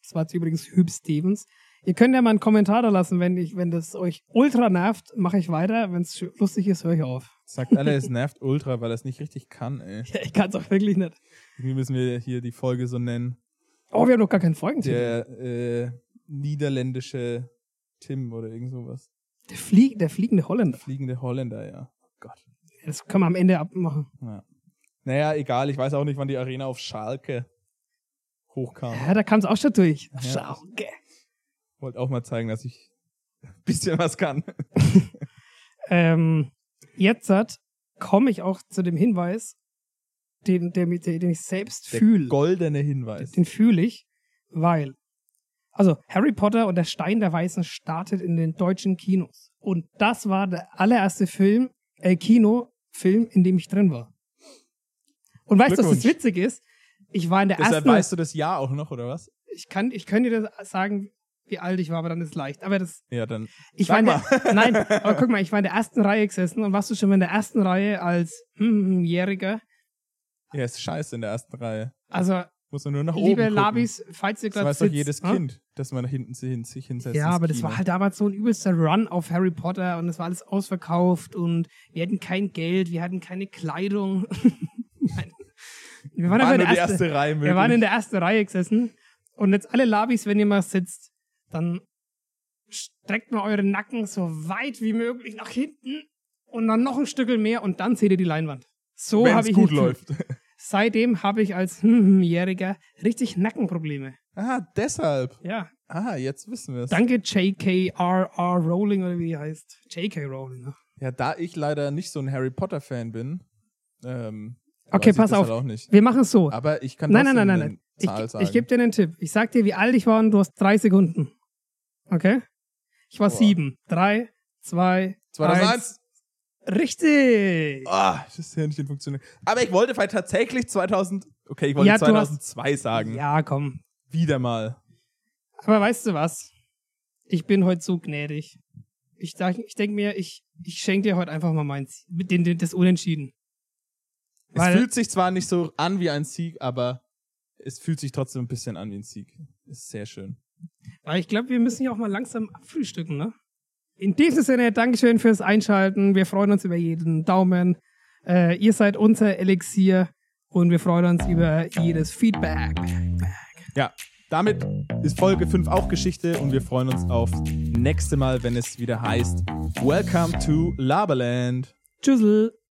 S1: Das war jetzt übrigens Hüb Stevens. Ihr könnt ja mal einen Kommentar da lassen, wenn, ich, wenn das euch ultra nervt, mache ich weiter. Wenn es lustig ist, höre ich auf. <laughs>
S2: Sagt alle, es nervt ultra, weil er es nicht richtig kann, ey.
S1: Ja, ich kann es auch wirklich nicht.
S2: Irgendwie müssen wir hier die Folge so nennen.
S1: Oh, wir haben noch gar keinen Folgentitel.
S2: Der äh, niederländische Tim oder irgend sowas.
S1: Der, Flie der fliegende Holländer.
S2: Fliegende Holländer, ja. Oh Gott.
S1: Das können wir am Ende abmachen.
S2: Ja. Naja, egal. Ich weiß auch nicht, wann die Arena auf Schalke hochkam.
S1: Ja, da kam es auch schon durch.
S2: Ja.
S1: Schau, gell.
S2: Wollte auch mal zeigen, dass ich ein bisschen was kann.
S1: Ähm, jetzt hat- komme ich auch zu dem Hinweis, den, der, mit- den ich selbst
S2: Der
S1: fühle.
S2: goldene Hinweis.
S1: Den fühle ich, weil. Also, Harry Potter und der Stein der Weißen startet in den deutschen Kinos. Und das war der allererste Film, äh, Kinofilm, in dem ich drin war. Und weißt du, was das
S2: Glückwunsch.
S1: witzig ist? Ich war in der
S2: Deshalb
S1: ersten.
S2: weißt du das Jahr auch noch, oder was?
S1: ich kann, ich könnte dir das sagen, wie alt ich war, aber dann ist leicht. Aber das,
S2: Ja, dann.
S1: ich
S2: Sag
S1: war in der, <laughs>
S2: <laughs>
S1: nein, aber guck mal, ich war in der ersten Reihe gesessen und warst du schon mal in der ersten Reihe als hm, hm, Jähriger?
S2: Ja, ist scheiße in der ersten Reihe.
S1: Also,
S2: Muss man nur nach oben
S1: liebe
S2: gucken.
S1: Labis, falls ihr
S2: Das
S1: gerade
S2: weiß
S1: sitzt.
S2: doch jedes
S1: ha?
S2: Kind, dass man hinten sich, hin, sich hinsetzt.
S1: Ja,
S2: ins
S1: aber das
S2: Kino.
S1: war halt damals so ein übelster Run auf Harry Potter und es war alles ausverkauft und wir hatten kein Geld, wir hatten keine Kleidung. <laughs> Nein. wir waren, einfach
S2: war nur
S1: in
S2: die
S1: der ersten,
S2: erste Reihe möglich.
S1: wir waren in der ersten Reihe gesessen und jetzt alle Labis, wenn ihr mal sitzt, dann streckt mal euren Nacken so weit wie möglich nach hinten und dann noch ein Stückel mehr und dann seht ihr die Leinwand. So
S2: Wenn's
S1: habe ich
S2: gut
S1: nicht-
S2: läuft. <laughs>
S1: Seitdem habe ich als <laughs> hm, hm, Jähriger richtig Nackenprobleme.
S2: ah, deshalb.
S1: Ja.
S2: Ah, jetzt wissen wir es.
S1: Danke J.K.R.R. Rowling oder wie die heißt. J.K. Rowling. Ne?
S2: Ja, da ich leider nicht so ein Harry Potter Fan bin. Ähm,
S1: Okay,
S2: weiß
S1: pass
S2: ich das
S1: auf.
S2: Halt auch nicht.
S1: Wir machen es so.
S2: Aber ich kann
S1: Nein, nein, nein,
S2: trotzdem
S1: nein,
S2: eine
S1: nein. Ich,
S2: Zahl
S1: ich
S2: sagen.
S1: gebe dir einen Tipp. Ich sag dir, wie alt ich war und du hast drei Sekunden. Okay? Ich war
S2: Boah.
S1: sieben. Drei, zwei,
S2: 2001.
S1: eins. Richtig.
S2: Ah, das Hirnchen funktioniert. Aber ich wollte vielleicht tatsächlich 2000. Okay, ich wollte
S1: Ja, du hast-
S2: 2002 sagen.
S1: Ja, komm.
S2: Wieder mal.
S1: Aber weißt du was? Ich bin heute so gnädig. Ich, sag- ich denke mir, ich, ich schenke dir heute einfach mal meins. Mit den, den, das Unentschieden. Weil-
S2: es fühlt sich zwar nicht so an wie ein Sieg, aber es fühlt sich trotzdem ein bisschen an wie ein Sieg. Ist sehr schön.
S1: Weil ich glaube, wir müssen ja auch mal langsam abfrühstücken, ne? In diesem Sinne, Dankeschön fürs Einschalten. Wir freuen uns über jeden Daumen. Äh, ihr seid unser Elixier und wir freuen uns über jedes Feedback.
S2: Ja, damit ist Folge 5 auch Geschichte und wir freuen uns auf nächste Mal, wenn es wieder heißt Welcome to Laberland.
S1: Tschüssel.